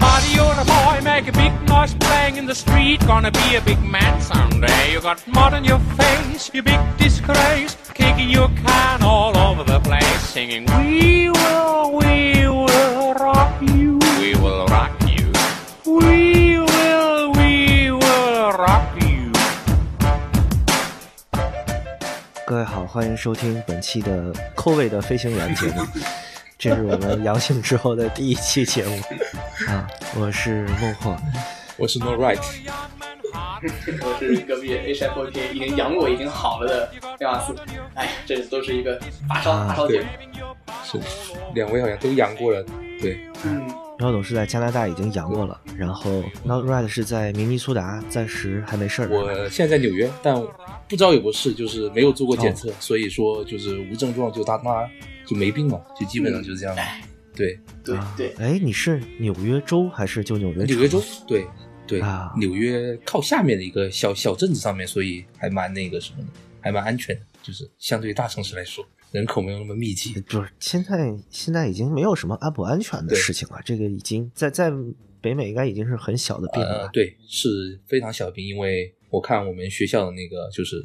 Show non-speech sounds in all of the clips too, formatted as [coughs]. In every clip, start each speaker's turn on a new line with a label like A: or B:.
A: Marty, you're a boy, make a big noise playing in the street. Gonna be a big man someday. You got mud on your face, you big disgrace. Kicking your can all over the place, singing, We will, we will rock you. We will rock you. We will, we will rock you.
B: 各位好，欢迎收听本期的扣位的飞行员节目，这是我们阳性之后的第一期节目啊，我是孟获，
C: 我是 No Right，
D: 我是隔壁 H F O T 已经阳过已经好了的亮瓦斯，哎，这都是一个发烧
B: 啊
D: 发烧节目。
C: 是两位好像都阳过了，对，
D: 嗯，
B: 苗总是在加拿大已经阳过了，然后 Not Right 是在明尼苏达，暂时还没事儿。
C: 我现在在纽约，但不知道有没有事，就是没有做过检测，所以说就是无症状就当他就没病嘛，就基本上就是这样的，对，
D: 对
B: 啊
D: 对，
B: 哎，你是纽约州还是就纽约城？
C: 纽约州，对对
B: 啊，
C: 纽约靠下面的一个小小镇子上面，所以还蛮那个什么的，还蛮安全的，就是相对于大城市来说，人口没有那么密集，
B: 不是，现在现在已经没有什么安不安全的
C: 对
B: 事情了，这个已经在在北美应该已经是很小的病了
C: 呃，。对，是非常小的病，因为我看我们学校的那个就是，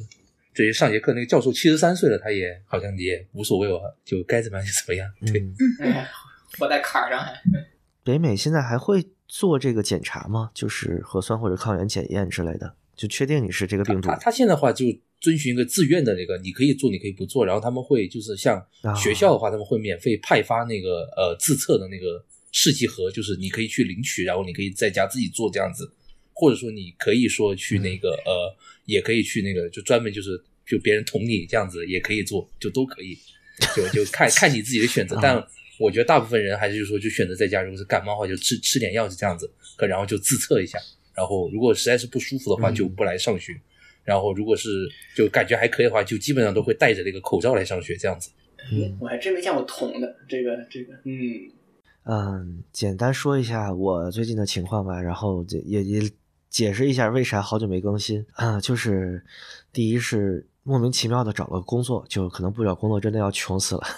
C: 对于上节课那个教授七十三岁了，他也好像也无所谓吧，就该怎么样就怎么样。对，
B: 嗯，
D: 哎，活在坎儿上还。
B: 北美现在还会做这个检查吗？就是核酸或者抗原检验之类的，就确定你是这个病毒
C: 他。他现在的话就遵循一个自愿的那个，你可以做，你可以不做，然后他们会就是像
B: 啊
C: 学校的话，他们会免费派发那个呃自测的那个试剂盒，就是你可以去领取，然后你可以在家自己做这样子，或者说你可以说去那个呃，也可以去那个就专门就是就别人捅你这样子也可以做，就都可以，就就看看你自己的选择
B: [laughs] 啊，
C: 但。我觉得大部分人还是就说就选择在家，如果是感冒的话就吃吃点药是这样子，可然后就自测一下，然后如果实在是不舒服的话
B: 嗯
C: 就不来上学，然后如果是就感觉还可以的话，就基本上都会戴着那个口罩来上学这样子。
B: 嗯
D: 我还真没见过捅的，这个这个，嗯，
B: 嗯，简单说一下我最近的情况吧，然后这也也解释一下为啥好久没更新啊、就是第一是莫名其妙的找了工作，就可能不找工作真的要穷死了。 [laughs]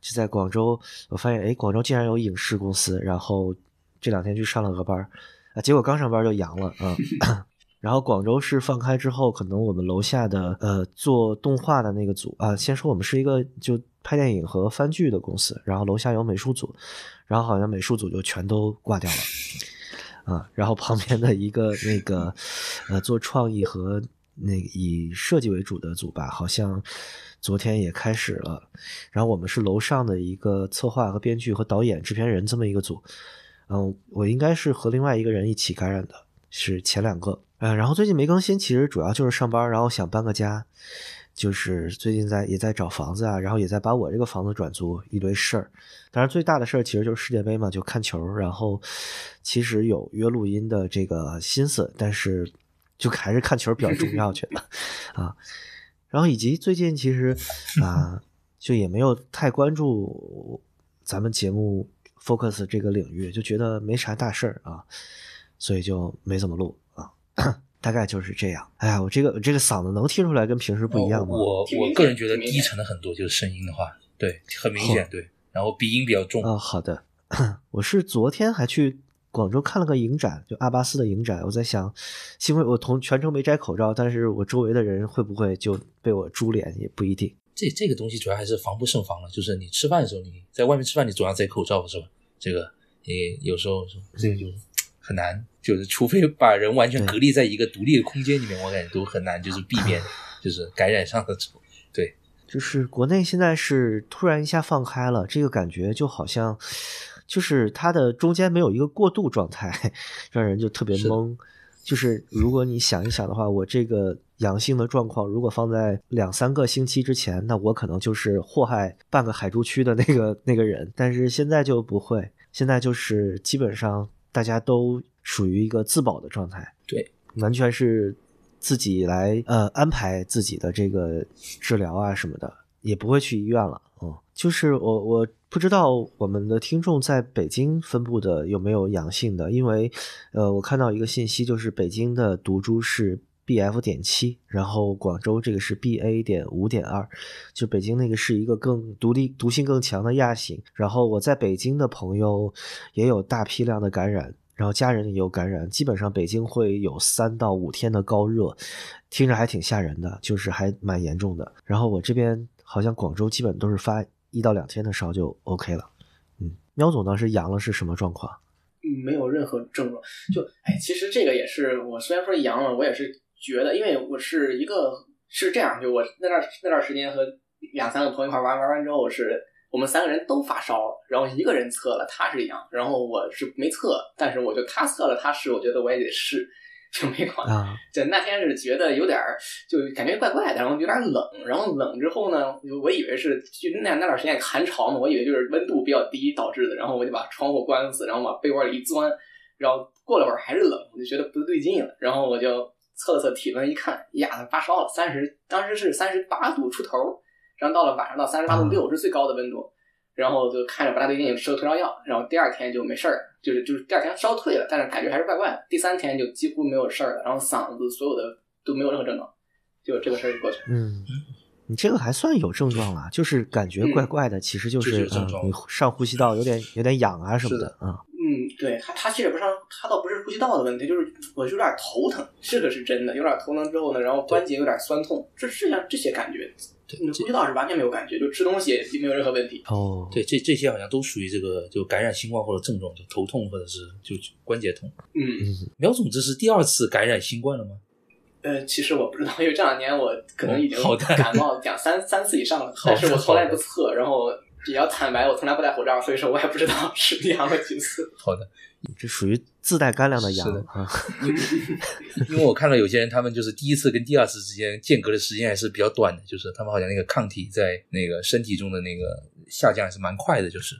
B: 就在广州，我发现哎，广州竟然有影视公司，然后这两天去上了个班儿啊，结果刚上班就阳了啊。 [laughs] 然后广州市放开之后，可能我们楼下的呃做动画的那个组啊，先说我们是一个就拍电影和番剧的公司，然后楼下有美术组，然后好像美术组就全都挂掉了，啊，然后旁边的一个那个呃做创意和那个以设计为主的组吧，好像昨天也开始了，然后我们是楼上的一个策划和编剧和导演、制片人这么一个组，嗯，我应该是和另外一个人一起感染的，是前两个。呃，然后最近没更新，其实主要就是上班，然后想搬个家，就是最近在也在找房子啊，然后也在把我这个房子转租，一堆事儿。当然最大的事儿其实就是世界杯嘛，就看球。然后其实有约录音的这个心思，但是就还是看球比较重要，觉得啊。然后以及最近其实啊，就也没有太关注咱们节目 focus 这个领域，就觉得没啥大事儿啊，所以就没怎么录啊。 [coughs] 大概就是这样。哎呀，我这个我这个嗓子能听出来跟平时不一样吗？
C: 我
D: 挺明
C: 我
D: 显
C: 个人觉得
D: 挺明
C: 低
D: 显
C: 沉了很多，就是声音的话，对，很明显，对。然后鼻音比较重，
B: 啊、好的， [coughs] 我是昨天还去广州看了个影展，就阿巴斯的影展。我在想，幸亏我同全程没摘口罩，但是我周围的人会不会就被我株连也不一定。
C: 这这个东西主要还是防不胜防了。就是你吃饭的时候，你在外面吃饭，你总要摘口罩是吧？这个你有时候这个就很难，就是除非把人完全
B: 对
C: 隔离在一个独立的空间里面，我感觉都很难，就是避 [laughs] 免就是感染上的这种。
B: 就是国内现在是突然一下放开了，这个感觉就好像，就是它的中间没有一个过渡状态， [laughs] 让人就特别
C: 是的
B: 懵。就是如果你想一想的话，我这个阳性的状况，如果放在两三个星期之前，那我可能就是祸害半个海珠区的那个 [laughs] 那个人，但是现在就不会，现在就是基本上大家都属于一个自保的状态，
C: 对，
B: 完全是自己来呃安排自己的这个治疗啊什么的，也不会去医院了。嗯，就是我我不知道我们的听众在北京分布的有没有阳性的，因为呃我看到一个信息，就是北京的毒株是。 BF 点七，然后广州这个是 BA 点五点二，就北京那个是一个更独立毒性更强的亚型。然后我在北京的朋友也有大批量的感染，然后家人也有感染，基本上北京会有三到五天的高热，听着还挺吓人的，就是还蛮严重的。然后我这边好像广州基本都是发一到两天的烧就 OK 了。嗯，喵总当时阳了是什么状况？
D: 没有任何症状。就哎，其实这个也是我虽然说阳了，我也是觉得，因为我是一个是这样，就我那段那段时间和两三个朋友一块玩玩完之后，我是我们三个人都发烧，然后一个人测了他是阳，然后我是没测，但是我就他测了他是，我觉得我也得试， [laughs] 就没管。
B: 啊，
D: 就那天是觉得有点儿，就感觉怪怪的，然后有点冷，然后冷之后呢，我以为是就那那段时间寒潮嘛，我以为就是温度比较低导致的，然后我就把窗户关死，然后往被窝里一钻，然后过了会儿还是冷，我就觉得不对劲了，然后我就测了测体温，一看，呀，发烧了，三十，当时是三十八度出头，然后到了晚上到三十八度六是最高的温度，然后就看着不大对劲，吃了退烧药，然后第二天就没事儿了，就是就是第二天烧退了，但是感觉还是怪怪的。第三天就几乎没有事儿了，然后嗓子所有的都没有任何症状，就这个事儿就过去了。
B: 嗯，你这个还算有症状了，就是感觉怪怪的，其实就
C: 就是
B: 是
C: 有症状
B: 嗯你上呼吸道有点有点痒啊什么的啊。
D: 嗯，对他他其实也不是他倒不是呼吸道的问题，就是我有点头疼，这个是真的，有点头疼之后呢，然后关节有点酸痛，这是像这些感觉，嗯呼吸道是完全没有感觉，就吃东西也没有任何问题。
B: 哦，
C: 对，这这些好像都属于这个就感染新冠后的症状，就头痛或者是就关节痛。
D: 嗯，
C: 苗总，这是第二次感染新冠了吗？
D: 呃，其实我不知道，因为这两年我可能已经
C: 哦好的
D: 感冒两三三次以上了，
C: 好
D: 但
C: 的
D: 是我从来不测，然后比较坦白，我从来不戴口罩，所以说我也不知道 [laughs] 是阳了几次。
C: 好的，
B: 这嗯属于自带干粮的
C: 是
B: 羊
C: 的
B: 啊。
C: [laughs] 因为我看到有些人他们就是第一次跟第二次之间间隔的时间还是比较短的，就是他们好像那个抗体在那个身体中的那个下降还是蛮快的，就是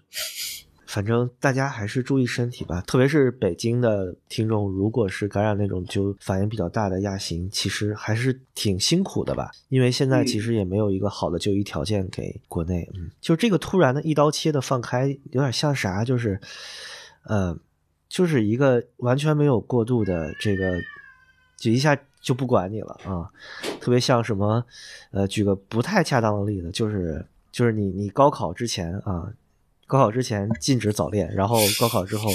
B: 反正大家还是注意身体吧，特别是北京的听众，如果是感染那种就反应比较大的亚型，其实还是挺辛苦的吧，因为现在
D: 嗯
B: 其实也没有一个好的就医条件给国内。嗯，就这个突然的一刀切的放开，有点像啥，就是，呃，就是一个完全没有过渡的这个，就一下就不管你了啊，特别像什么，呃，举个不太恰当的例子，就是就是你你高考之前啊，高考之前禁止早恋，然后高考之后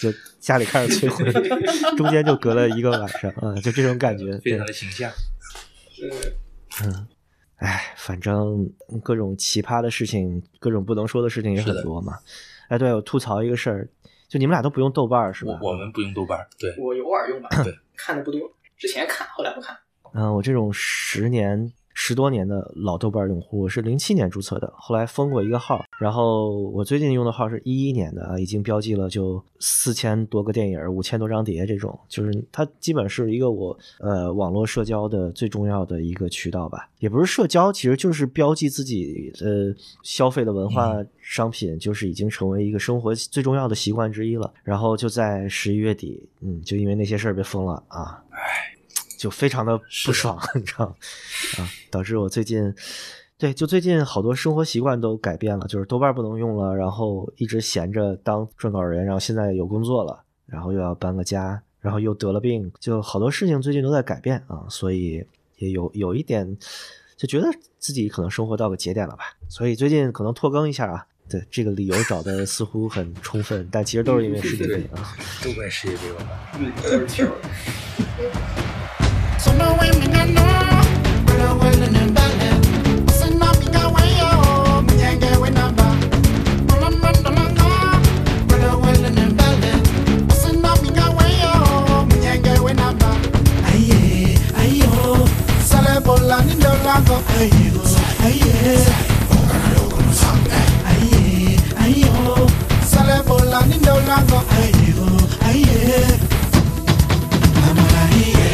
B: 就家里开始催婚， [laughs] 中间就隔了一个晚上啊，就这种感觉，
C: 非
B: 对
C: 常，的形象。
D: 是
B: 哎，反正各种奇葩的事情，各种不能说的事情也很
C: 是的
B: 多嘛。哎，对，我吐槽一个事儿，就你们俩都不用豆瓣儿是吧？
C: 我我们不用豆瓣儿，对，
D: 我偶尔用吧
C: 对，
D: 看的不多，之前看，后来不
C: [laughs]
D: 看。 [laughs]
B: 嗯，我这种十年、十多年的老豆瓣用户，我是零七年注册的，后来封过一个号，然后我最近用的号是一一年的啊，已经标记了就四千多个电影、五千多张碟这种，就是它基本是一个我呃网络社交的最重要的一个渠道吧，也不是社交，其实就是标记自己呃消费的文化商品，就是已经成为一个生活最重要的习惯之一了。然后就在十一月底，嗯，就因为那些事儿被封了啊，就非常的
C: 是
B: 不
C: 的
B: 爽， [laughs] 你知道吗啊，导致我最近，对，就最近好多生活习惯都改变了，就是豆瓣不能用了，然后一直闲着当撰稿人，然后现在有工作了，然后又要搬个家，然后又得了病，就好多事情最近都在改变啊，所以也有有一点就觉得自己可能生活到个节点了吧，所以最近可能拖更一下啊。对，这个理由找的似乎很充分，但其实都是因为事情
C: 对
B: 啊。
C: 豆瓣事业被完了。
D: 嗯，都是球。
E: Summer women I know, we're willing and ballet. Send my big away, oh, me and get with number. Pull 'em under my car, we're willing and ballet. Send my big away, oh, me and get with number. Aye, aye, oh. Sale bola ni dolago. Aye, oh, aye. Aye, aye, oh. Sale bola ni dolago. Aye, oh, aye. Amalaya.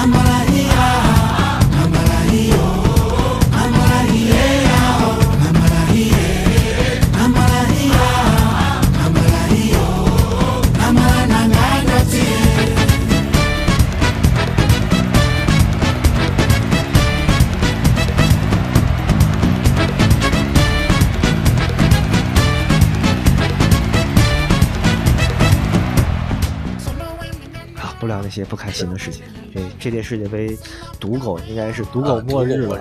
E: Amalaya, Amalaya,
B: 了那些啊不开心的事情。这这届世界杯，赌狗应该是赌狗末日了，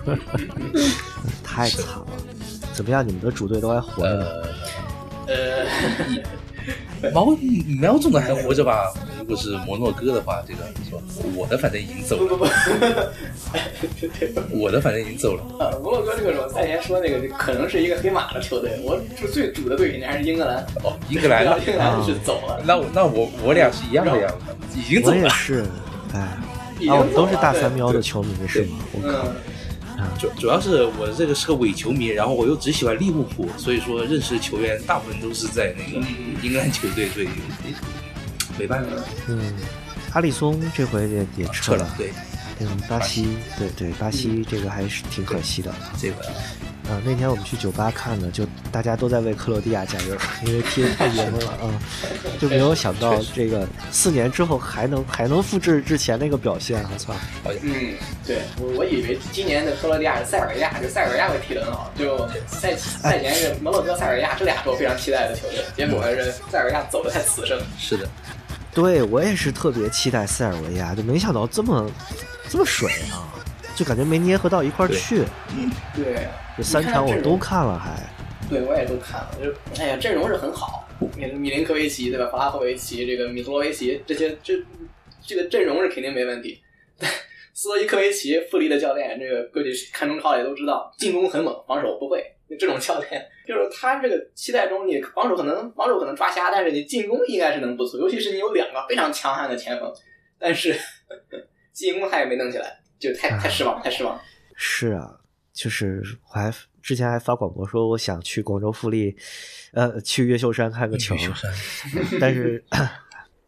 B: [laughs] 太惨了。怎么样，你们的主队都还活着吗？
D: 呃，
C: 毛苗总的还活着吧？如果是摩洛哥的话，这个是吧？我的反正已经走
D: 不
C: 了，
D: 不不，
C: 我的反正已经走了。
D: 呃，摩洛哥这个我赛前说那个可能是一个黑马的球队，我就最主的队肯定还是英格兰，
C: 哦，英格兰了，
D: [laughs] 英格
B: 啊
D: 兰是走了，
C: 那我那我我俩是一样的呀，已经走
B: 我也
C: 了。
B: 是，哎，
D: 已经
B: 啊，
D: 走
B: 我
D: 了
B: 们都是大三喵的
D: 对
B: 球迷是吗？我靠，
D: 嗯，
C: 主主要是我这个是个伪球迷，然后我又只喜欢利物浦，所以说认识的球员大部分都是在那个英格兰球队，所以没办法，
B: 嗯，阿里松这回也也
C: 撤
B: 撤
C: 了。对，
B: 嗯，巴西，对对，巴西这个还是挺可惜的。
C: 这个
B: 啊，那天我们去酒吧看的，就大家都在为克罗地亚加油， [laughs] 因为踢得太赢了啊，就没有想到这个四年之后还能还能复制之前那个表现，啊我操！
D: 嗯，对我我以为今年的克罗地亚是塞尔维亚，就塞尔维亚会踢得很好，就赛
B: 哎
D: 赛前是摩洛哥、塞尔维亚这俩是我非常期待的球队，结果是塞尔维亚走的太死生，
C: 是的，
B: 对我也是特别期待塞尔维亚，就没想到这么这么水啊，就感觉没捏合到一块儿
C: 对
B: 去。
D: 对，
B: 这三场我都看了还，
D: 对我也都看了，就哎呀阵容是很好，米米林科维奇对吧，法拉霍维奇，这个米托罗维奇这些这这个阵容是肯定没问题，但斯洛伊科维奇富力的教练，这个估计是看中超也都知道，进攻很猛，防守不会。这种教练就是他这个期待中，你防守可能防守可能抓瞎，但是你进攻应该是能不错，尤其是你有两个非常强悍的前锋，但是 [laughs] 进攻他也没弄起来，就太太失望，太失望。
B: 是啊，就是我还之前还发广播说我想去广州富力，呃，去越秀山看个球，但是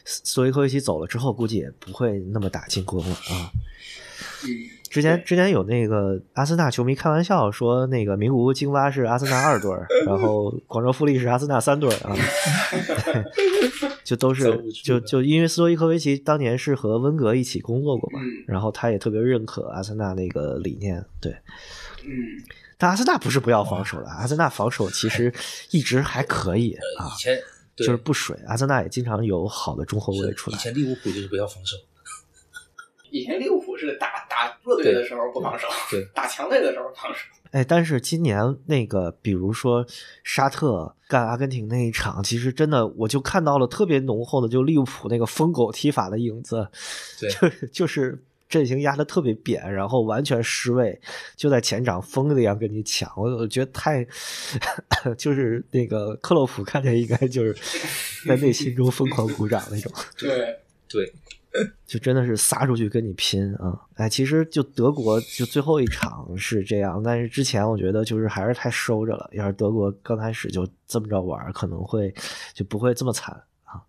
B: 索伊科维奇走了之后，估计也不会那么打进攻了啊。
D: 嗯，
B: 之前之前有那个阿森纳球迷开玩笑说，那个名古屋京巴是阿森纳二队儿，然后广州富力是阿森纳三队儿
C: [laughs]
B: 啊， [laughs] 就都
C: 走
B: 是
C: 不出
B: 就
C: 来
B: 就因为斯洛伊科维奇当年是和温格一起工作过嘛
D: 嗯，
B: 然后他也特别认可阿森纳那个理念，对。
D: 嗯，
B: 但阿森纳不是不要防守了，阿森纳防守其实一直还可
C: [laughs]
B: 以啊
C: 以，前嗯对
B: 就是不水。阿森纳也经常有好的中后卫
C: 是
B: 出
C: 以
B: 来。
C: 前利物浦就是不要防守，
D: 以前利物浦是打打弱队的时候不防守，
C: 对对
D: 打强队的时候防守。
B: 哎，但是今年那个，比如说沙特干阿根廷那一场，其实真的我就看到了特别浓厚的就利物浦那个疯狗踢法的影子，
C: 对
B: 就是就是阵型压的特别扁，然后完全失位，就在前场疯的一样跟你抢，我我觉得太， [coughs] 就是那个克洛普看见应该就是在内心中疯狂鼓掌那种。
D: 对，
C: 对，
B: 就真的是撒出去跟你拼啊！哎，其实就德国就最后一场是这样，但是之前我觉得就是还是太收着了。要是德国刚开始就这么着玩儿，可能会就不会这么惨。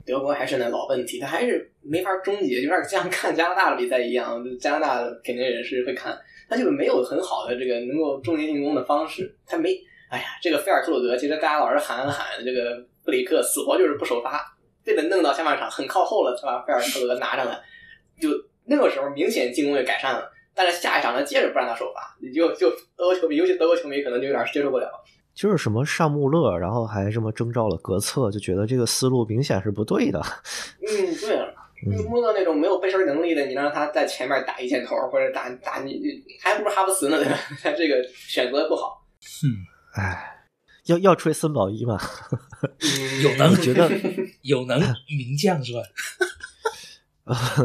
D: 德国还是那老问题，他还是没法终结，有点像看加拿大的比赛一样，加拿大肯定也是会看，他就是没有很好的这个能够终结进攻的方式，他没，哎呀，这个菲尔克鲁德，其实大家老是喊喊这个布里克死活就是不首发，非得弄到下半场很靠后了才把菲尔克鲁德拿上来，就那个时候明显进攻就改善了。但是下一场他接着不让他首发，你就就德国球迷，尤其德国球迷可能就有点接受不了。
B: 就是什么上穆勒，然后还什么征召了格策，就觉得这个思路明显是不对的。
D: 嗯，对啊，就
B: 嗯
D: 摸到那种没有背身能力的，你让他在前面打一箭头，或者打打你，你还不如哈弗茨呢，对吧？ [laughs] 他这个选择不好。
B: 哎，要要吹森保一嘛？ [laughs]
C: 有能
B: 我觉得 [laughs]
C: 有能名将是吧？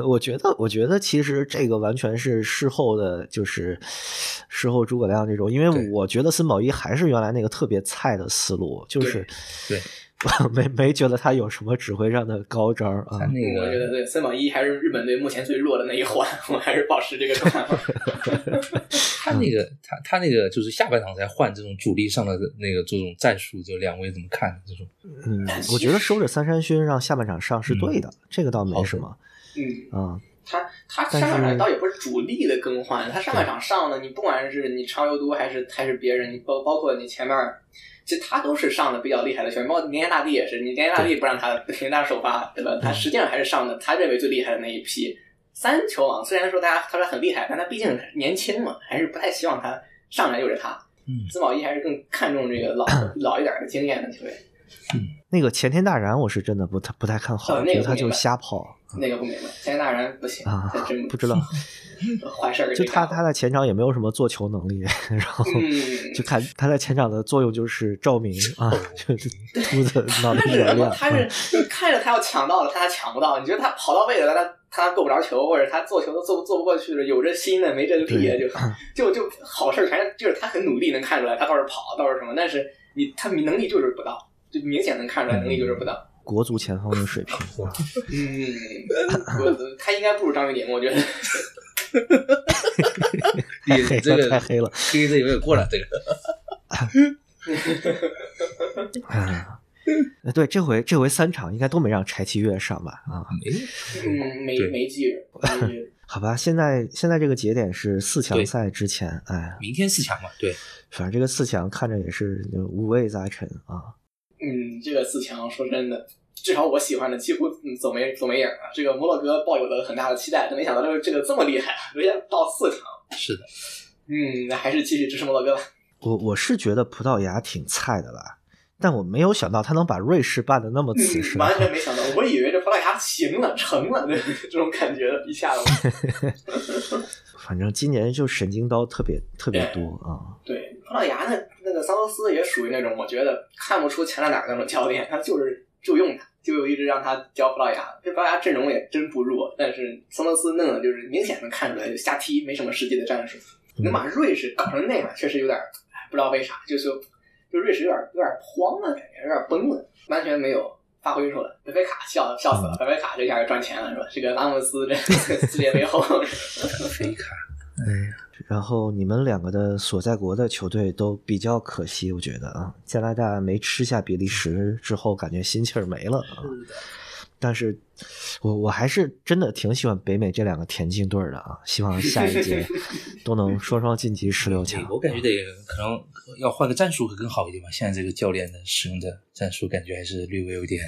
B: 我觉得，我觉得其实这个完全是事后的，就是事后诸葛亮这种，因为
C: 对
B: 我觉得森宝一还是原来那个特别菜的思路，就是
C: 对
B: [laughs] 我没没觉得他有什么指挥上的高招啊
C: 他。那
D: 我觉
C: 个
D: 得对森保一还是日本队目前最弱的那一环，我还是保持这个看法。
C: 他那个他他那个就是下半场才换这种主力上的那个这种战术，就两位怎么看这种？
B: 嗯，我觉得收着三山勋让下半场上是对的，这个倒没什么
D: [laughs] 嗯，
B: 啊。
D: 他他
B: 但
D: 上
B: 是
D: 半场倒也不是主力的更换，他上半场上的你不管是你常有都还是还是别人，你包包括你前面。其实他都是上的比较厉害的球员，包括年年大帝也是，你年年大帝不让他 [laughs] 年年大帝首发，对吧？
B: 嗯
D: 他实际上还是上的他认为最厉害的那一批。三球王虽然说大家他说很厉害，但他毕
B: 嗯
D: 竟年轻嘛，还是不太希望他上来就是他。
C: 嗯
B: [clears throat]
D: 森保一还是更看重这个老老一点的经验的球员。
B: 那个前天大然，我是真的不太不太看好，
D: 哦
B: 我
D: 那
B: 觉
D: 个
B: 得他
D: 不
B: 就
D: 明白
B: 瞎跑
D: 那个不明白，现在大人不行，
B: 啊
D: 他真，
B: 不知道。
D: [laughs] 坏事儿给
B: 就
D: 这
B: 他
D: 干
B: 他在前场也没有什么做球能力， [laughs] 然后
D: 嗯
B: 就看他在前场的作用就是照明啊，就是
D: [laughs]
B: 秃子脑袋
D: 看
B: 热
D: 着
B: 亮
D: 嘛，，他是就是 [laughs] 看着他要抢到了，他还抢不到。你觉得他跑到位了，他他够不着球，或者他做球都做做不过去了，有这心的没这力的，就就就好事儿全是就是他很努力能看出来，他倒是跑倒是什么，但是你他能力就是不到，就明显能看出来能力就是不到。
B: 国足前锋的水平。
D: 嗯，我他应该不如张玉宁，我觉得。
B: [laughs]
C: 你
B: 太
C: 这
B: 黑了，
C: 个
B: 太黑了。
C: 黑的有点过了，这个
B: 啊，呃对，这回这回三场应该都没让柴崎岳上吧？啊，
D: 嗯，没
C: 对
D: 没记着。没记着
B: 好吧，现在现在这个节点是四强赛之前，哎，
C: 明天四强嘛，对，
B: 反正这个四强看着也是呃五味杂陈啊。
D: 嗯，这个四强说真的，至少我喜欢的几乎嗯走没走没影了。这个摩洛哥抱有了很大的期待，但没想到这个这个这么厉害，人家到四强。
C: 是的，
D: 嗯，那还是继续支持摩洛哥吧。
B: 我我是觉得葡萄牙挺菜的啦，但我没有想到他能把瑞士办的那么瓷实
D: 嗯，
B: 啊。
D: 完全没想到，我以为这葡萄牙行了，成了， [laughs] 这这种感觉一下子。
B: 反正今年就神经刀特别特别多啊。
D: 对，葡萄牙呢，那个桑托斯也属于那种我觉得看不出前两哪那种教练，他就是就用他，就一直让他教葡萄牙。这葡萄牙阵容也真不弱，但是桑托斯弄的就是明显能看出来就瞎踢，没什么实际的战术。能把瑞士搞成那样，确实有点儿哎不知道为啥，就是就瑞士有点儿有点儿慌了，感觉有点儿崩了，完全没有。发挥出来，贝贝卡笑笑死了，贝贝卡这下就赚钱了是吧？这个拉莫斯这 [laughs] 世界杯后，
C: 飞卡哎
B: 然后你们两个的所在国的球队都比较可惜，我觉得啊，加拿大没吃下比利时之后，感觉心气儿没了啊。但是我我还是真的挺喜欢北美这两个田径队儿的啊，希望下一
C: [laughs]
B: 届都能双双晋级十六强
C: 对。我感觉得可能要换个战术会更好一点吧。现在这个教练的使用的战术感觉还是略微有点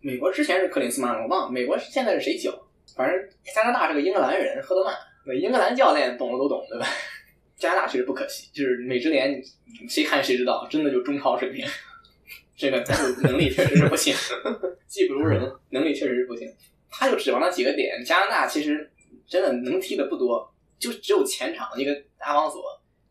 D: 美国之前是克林斯曼，我忘了美国是现在是谁教，反正加拿大是个英格兰人，赫德曼，那英格兰教练懂的都懂，对吧？ [laughs] 加拿大确实不可惜，就是美职联你谁看谁知道，真的就中超水平， [laughs] 这个但是能力确实是不 [laughs] 行，技不如人，能力确实是不行。他就指望了几个点，加拿大其实真的能踢的不多，就只有前场一个阿方索，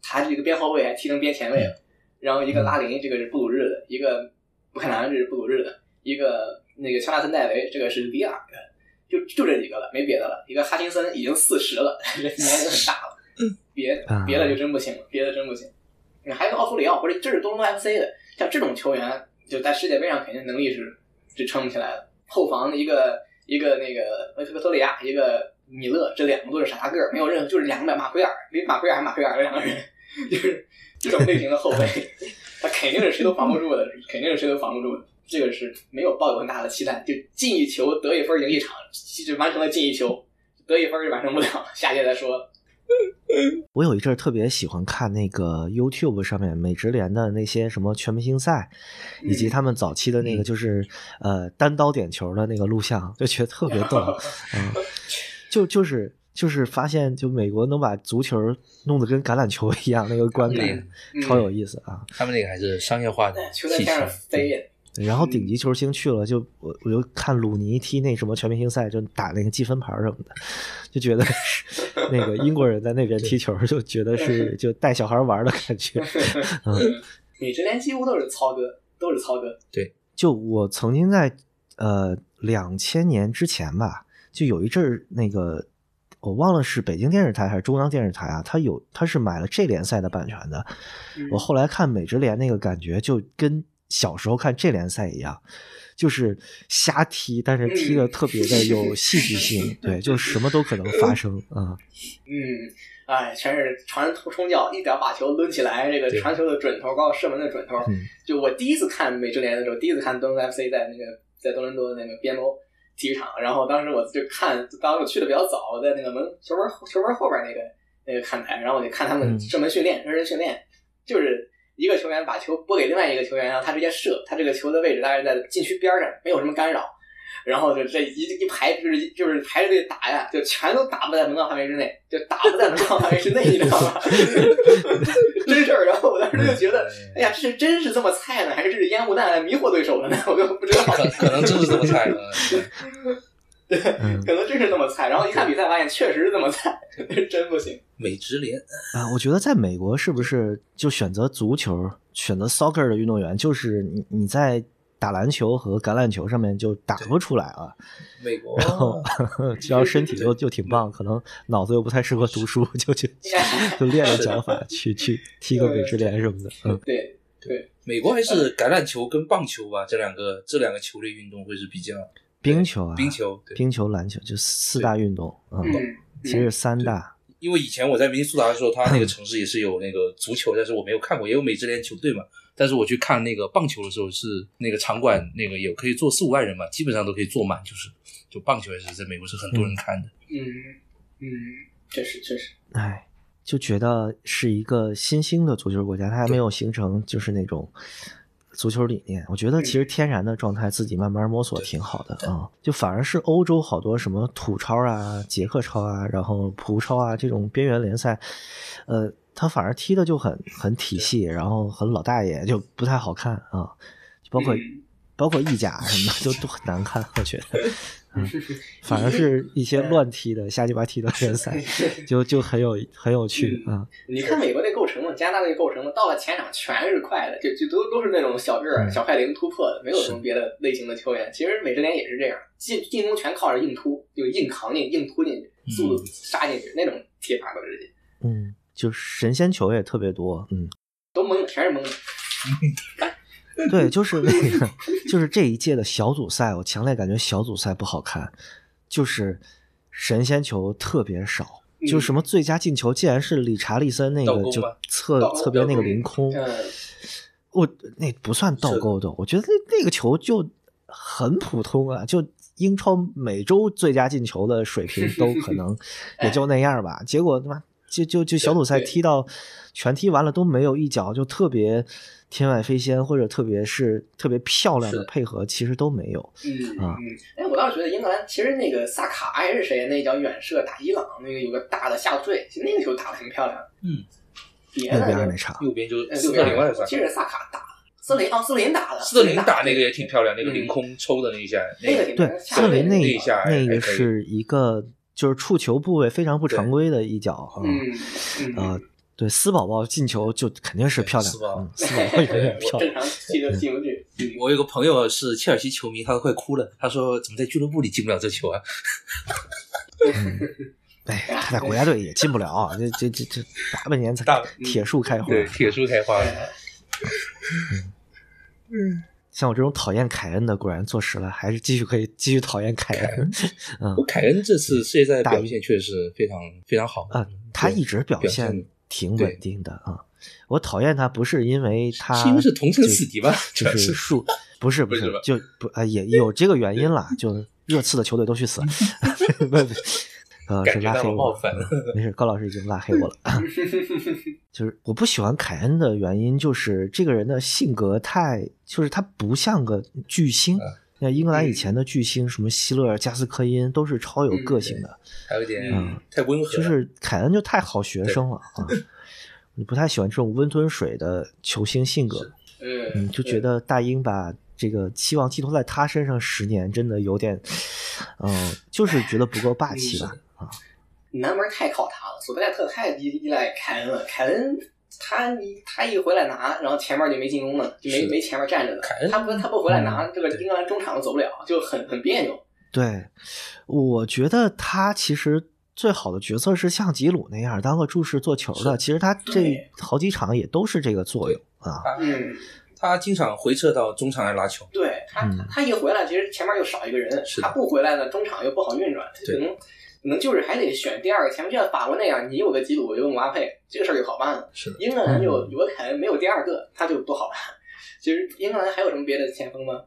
D: 他这个边后卫还踢成边前卫了，然后一个拉林，这个是布鲁日的，一个布坎南这是布鲁日的，一个那个乔纳森戴维，这个是里尔的，就就这几个了，没别的了。一个哈辛森已经四十了， [laughs] 人年龄很大了，别
B: 啊
D: 别的就真不行了，别的真不行。还有个奥苏里奥，不是，这是东东 FC 的，像这种球员，就在世界杯上肯定能力是是撑不起来的。后防的一个一个那个维克托利亚，一个米勒，这两个都是傻大个儿，没有任何，就是两个马奎尔，比马奎尔还马奎尔这两个人，就是这种类型的后卫，他肯定是谁都防不住的， [laughs] 肯定是谁都防不住的。这个是没有抱有很大的期待，就进一球得一分赢一场，就完成了进一球，得一分就完成不了，下届再
B: [laughs]
D: 说。
B: 我有一阵儿特别喜欢看那个 YouTube 上面美职联的那些什么全明星赛，以及他们早期的那个就是、呃单刀点球的那个录像，就觉得特别逗啊、就就是就是发现就美国能把足球弄得跟橄榄球一样，那个观感、
D: 嗯哎
B: 超有意思啊。
C: 他们那个还是商业化的
D: 球在
C: 气
D: 天上
C: 球。
D: 飞，
B: 对然后顶级球星去了，就我我就看鲁尼踢那什么全明星赛，就打那个积分牌什么的，就觉得是 [laughs] 那个英国人在那边踢球，就觉得是就带小孩玩的感觉。
D: [laughs]
B: 嗯
D: 美职联几乎都是操哥，都是操哥。
B: 就我曾经在呃两千年之前吧，就有一阵儿那个我忘了是北京电视台还是中央电视台啊，它有它是买了这联赛的版权的。
D: 嗯
B: 我后来看美职联那个感觉就跟小时候看这联赛一样。就是瞎踢，但是踢的特别的有戏剧性，对，就什么都可能发生啊、
D: 嗯，哎，全是传冲脚，一脚把球抡起来，这个
C: 对
D: 传球的准头高，射门的准头。
B: 嗯
D: 就我第一次看美职联的时候，第一次看东伦 FC 在那个在多伦多那个 BMO 体育场，然后当时我就看，当时我去的比较早，我在那个门球门球门后边那个那个看台，然后我就看他们
B: 嗯
D: 射门训练、热身训练，就是一个球员把球拨给另外一个球员，然后他直接射，他这个球的位置大概在禁区边儿上，没有什么干扰。然后就这一一排就是就是排着队打呀，就全都打不在门框范围之内，就打不在门框范围之内，你知道吗？ [laughs] 真事儿。然后我当时就觉得，哎呀，这是真是这么菜呢，还是烟雾弹来迷惑对手的呢？ [laughs] 我都
B: [laughs]
D: 不知道，
C: 可可能真是这么菜呃的。
B: 嗯
D: 可能真是这么菜。然后一看比赛，发现确实是这么菜， [laughs] 真不行。
C: 美职联
B: 啊，我觉得在美国是不是就选择足球、选择 soccer 的运动员，就是你你在打篮球和橄榄球上面就打不出来啊，
C: 美国
B: 然后只要身体又又挺棒，可能脑子又不太适合读书，就去就练练脚法，去去踢个美职联什么的。嗯，
D: 对，
C: 美国还是橄榄球跟棒球吧，这两个这两个球类运动会是比较
B: 冰球啊，
C: 冰球对，
B: 冰球、篮球就四大运动啊，嗯
D: 嗯，
B: 其实三大。
C: 因为以前我在明尼苏达的时候，他那个城市也是有那个足球，但是我没有看过，也有美职联球队嘛。但是我去看那个棒球的时候，是那个场馆那个有可以坐四五万人嘛，基本上都可以坐满，就是就棒球也是在美国是很多人看的。
D: 嗯嗯，确实确实，
B: 哎，就觉得是一个新兴的足球国家，它还没有形成就是那种足球理念。我觉得
D: 嗯
B: 其实天然的状态自己慢慢摸索挺好的啊、就反而是欧洲好多什么土超啊、捷克超啊，然后葡超啊这种边缘联赛，呃，他反而踢的就很很体系，然后很老大爷，就不太好看啊。包括、
D: 嗯
B: 包括意甲什么的，就都很难看，我觉得。嗯
D: 是是是呃
B: 反而是一些乱踢的、瞎鸡巴踢的联
D: [laughs]
B: 赛，就就很有很有趣啊、
D: 嗯你看美国那构成嘛，加拿大那构成嘛，到了前场全是快的，就就都都是那种小个儿、
B: 嗯
D: 小快灵突破的，没有什么
B: 是
D: 别的类型的球员。其实美职联也是这样，进进攻全靠着硬突，就硬扛进、硬突进去，速度杀进去，那种踢法都是
B: 嗯就神仙球也特别多，嗯，
D: 都懵的，全是懵的。
B: 对，就是那个，就是这一届的小组赛，我强烈感觉小组赛不好看，就是神仙球特别少，就
D: 嗯
B: 什么最佳进球竟然是理查利森那
C: 倒
B: 个
C: 钩
B: 就
C: 吗
B: 侧
D: 倒钩
B: 侧边那个
D: 倒钩
B: 凌空，
D: 嗯
B: 我那不算倒
C: 是
B: 钩的，我觉得那那个球就很普通啊，就英超每周最佳进球的水
C: [laughs]
B: 平都可能
C: 哎
B: 也就那样吧。结果他妈就就就小组赛
D: 对
B: 踢到全踢完了都没有一脚就特别天外飞仙，或者特别是特别漂亮的
C: 是
B: 配合，其实都没有。
D: 嗯
B: 啊
D: 嗯，哎，我倒是觉得英格兰其实那个萨卡还是谁那脚远射打伊朗那个有个大的下坠，其实那个球打的挺漂亮。
C: 嗯，
D: 别
B: 那
D: 的
B: 边
D: 就
B: 儿那场，
C: 右边就
D: 呃
C: 斯特林还是啥
D: 我？记得是萨卡打的，斯特林哦，斯特林打的，
C: 斯特林打
B: 啊
C: 那个也挺漂亮，那个
D: 嗯
C: 凌空抽的那一下，
D: 那个挺漂
B: 对
D: 亮，
B: 斯
D: 下
B: 特
D: 面
B: 林
D: 那
B: 那
D: 个
C: 一下还
B: 那
C: 还
B: 个
C: 可以
B: 是一个就是触球部位非常不常
C: 对
B: 规的一脚啊。
D: 嗯嗯
B: 啊，对，斯宝宝进球就肯定是
C: 对
B: 漂亮
C: 斯
B: 的，
C: 宝 [laughs]
B: 嗯斯宝宝永远漂嗯亮
D: 正。常进都进不去。
C: 我有个朋友是切尔西球迷，他都快哭了。他说：“怎么在俱乐部里进不了这球啊
B: 哎，他在国家队也进不了啊，这这这这大半年才
C: 大嗯
B: 铁树开？”花。
C: 对，铁树开花了。
B: 像我这种讨厌凯恩的，果然坐实了，还是继续可以继续讨厌凯恩嗯
C: 我凯恩这次世界赛的表现确实非常非常好
B: 啊。他一直表
C: 表
B: 现
C: 现
B: 挺稳定的啊。我讨厌他不是因为他，
C: 是因为是同城死敌吧
B: 就就
C: 主要
B: 是
C: 是
B: 数 [laughs] 不是不
C: 不
B: 是
C: 是吧
B: 就不啊也有这个原因啦，就热刺的球队都去
C: [laughs]
B: 死。不不 [laughs] 呃，是
C: 感觉
B: 拉
C: 到
B: 黑我嗯
C: 了冒犯。 [laughs]
B: 没事，高老师已经拉黑我了。就是我不喜欢凯恩的原因，就是这个人的性格太，就是他不像个巨星。
C: 嗯
B: 那英格兰以前的巨星，什么希勒尔、加斯科因，都是超
C: 嗯
B: 有个性的，
C: 还有点
B: 嗯
C: 太温和了，
B: 就是凯恩就太好学生了
C: [laughs]
B: 啊！你不太喜欢这种温吞水的球星性格，
D: 嗯
B: 嗯，，就觉得大英把这个期望寄托在他身上十年，真的有点，嗯、就是觉得不够霸气吧。
D: 南门太靠他了，索德盖特太依依赖凯恩了，凯恩。他一他一回来拿，然后前面就没进攻了，就没
C: 是的
D: 没前面站着呢
C: 凯。恩
D: 他不他不回
B: 嗯
D: 来拿，这个英格兰中场走不了，就很很别扭。
B: 对，我觉得他其实最好的角色是像吉鲁那样当个注视做球的。其实他这
D: 对
B: 好几场也都是这个作用啊。
C: 他
D: 嗯，
C: 他经常回撤到中场来拉球，
D: 对他
B: 嗯
D: 他一回来，其实前面又少一个人
C: 是，的
D: 他不回来呢，中场又不好运转，可
C: 对
D: 能可能就是还得选第二个前面，就像法国那样，你有个吉鲁，我有个姆巴佩，这个事儿就好办了。
C: 是的，
D: 英格兰有有个凯恩，没有第二个，他就不好办。其实英格兰还有什么别的前锋吗？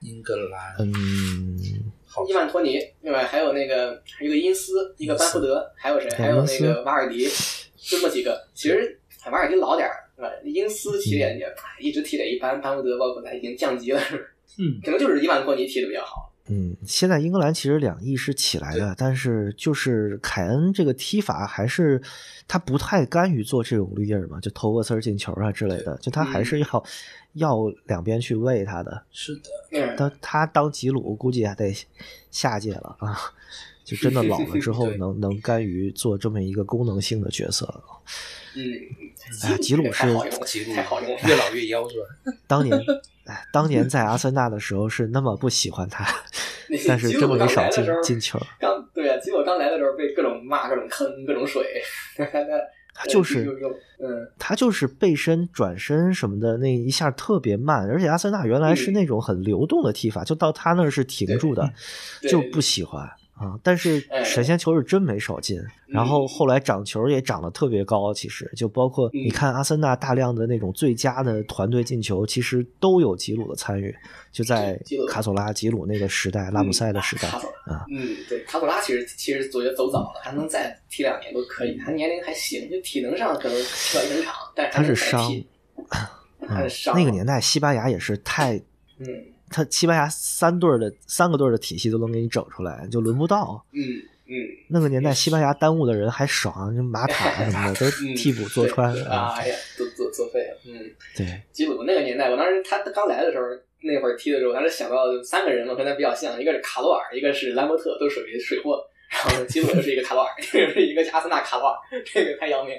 C: 英格兰
B: 嗯，
D: 伊曼托尼对吧？还有那个一个因斯，一个班福德，还有谁？
B: 对
D: 还有
B: 因
D: 那
B: 斯
D: 个瓦尔迪，就这么几个。其实瓦尔迪老点儿，对吧？因斯踢的也一直踢的一般，班福德包括他已经降级了，是不是
C: 嗯，
D: 可能就是伊万托尼踢的比较好。
B: 嗯，现在英格兰其实两翼是起来的，但是就是凯恩这个踢法还是他不太甘于做这种绿叶儿嘛，就投个丝儿进球啊之类的，就他还
D: 嗯
B: 是要、要两边去喂他的。
C: 是的，
D: 嗯，
B: 但他当吉鲁估计还得下届了啊， [laughs] 就真的老了之后
D: [laughs] 对
B: 能能甘于做这么一个功能性的角色了。
D: 嗯，
B: 哎吉鲁是
D: 太好用了，
C: 吉鲁
D: 太好用了。
C: 越老越妖是吧？
B: 当
D: [laughs]
B: 年哎，当年在阿森纳的时候是那么不喜欢他， [laughs] 但是
D: 吉
B: 真
D: 鲁
B: 没
D: 刚
B: 少
D: 来的
B: 进
D: 时候
B: 进球。
D: 刚对啊，吉鲁刚来的时候被各种骂、各种坑、各种水，他
B: 他 [laughs] 就是
D: 嗯，
B: 他就是背身转身什么的那一下特别慢，而且阿森纳原来是那种很流动的踢法，就到他那儿是停住的，
D: 嗯对哎
B: 就不喜欢啊。但是神仙球是真没少进，
D: 嗯
B: 然后后来涨球也涨得特别高。其实就包括
D: 嗯
B: 你看阿森纳大量的那种最佳的团队进球，其实都有吉鲁的参与，就在
D: 吉鲁嗯
B: 卡索拉、吉鲁那个时代、拉姆塞的时代
D: 卡索拉
B: 啊。
D: 嗯，对，卡索拉其实其实我觉得走早了，他能再踢两年都可以，他年龄还行，就体能上可能踢不了一整场，但是
B: 他是
D: 还
B: 伤
D: 能踢，
B: 啊
D: 他是伤，
B: 那个年代西班牙也是太
D: 嗯
B: 他西班牙三队儿的三个队儿的体系都能给你整出来，就轮不到。
D: 嗯嗯，
B: 那个年代西班牙耽误的人还少，就马塔什么 [laughs] 的都
D: 嗯
B: 替补坐穿
D: 对对
B: 啊。
D: 哎呀，作作作废了，嗯。
B: 对，
D: 吉鲁那个年代，我当时他刚来的时候，那会儿踢的时候，我当时想到三个人嘛，跟他比较像，一个是卡罗尔，一个是兰伯特，都属于水货。然后吉鲁就是一个卡罗尔， [laughs] 这个是一个阿森纳卡罗尔，这个太要命。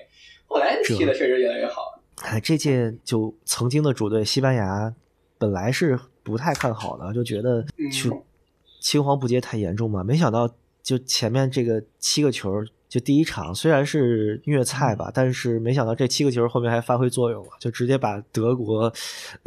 D: 后来踢的确实越来越好，
B: 哎，这届就曾经的主队西班牙本来是不太看好的，就觉得
D: 嗯
B: 就青黄不接太严重嘛。没想到就前面这个七个球，就第一场虽然是虐菜吧，但是没想到这七个球后面还发挥作用了，就直接把德国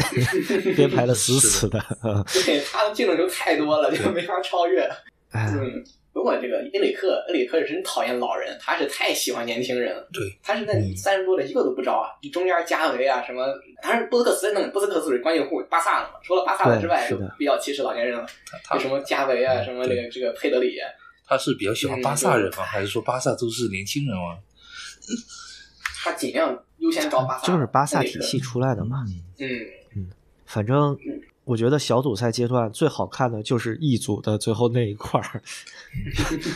B: [laughs] 编 [laughs] 排的死死的。啊
D: 对他的进的球太多了，就没法超越。
B: 哎，
D: 嗯，不过这个恩里克，恩里克是真讨厌老人，他是太喜欢年轻人了。
C: 对，
D: 他是那
B: 嗯
D: 里三十多的一个都不招啊，中间加维啊什么，当然波斯克斯那波斯克斯是关系户，巴萨的嘛，除了巴萨的之外，
B: 对是
D: 就
B: 的
D: 比较歧视老年人了，
C: 他
D: 就什么加维啊，
C: 嗯
D: 什么这个这个佩德里啊，
C: 他是比较喜
D: 嗯
C: 欢巴萨人吗？还是说巴萨都是年轻人啊？
D: 他尽量优先招巴萨，
B: 就是巴萨
D: 恩里克
B: 体系。出来的嘛。
D: 嗯，
B: 反正我觉得小组赛阶段最好看的就是 E 组的最后那一块
D: [laughs]
B: 儿，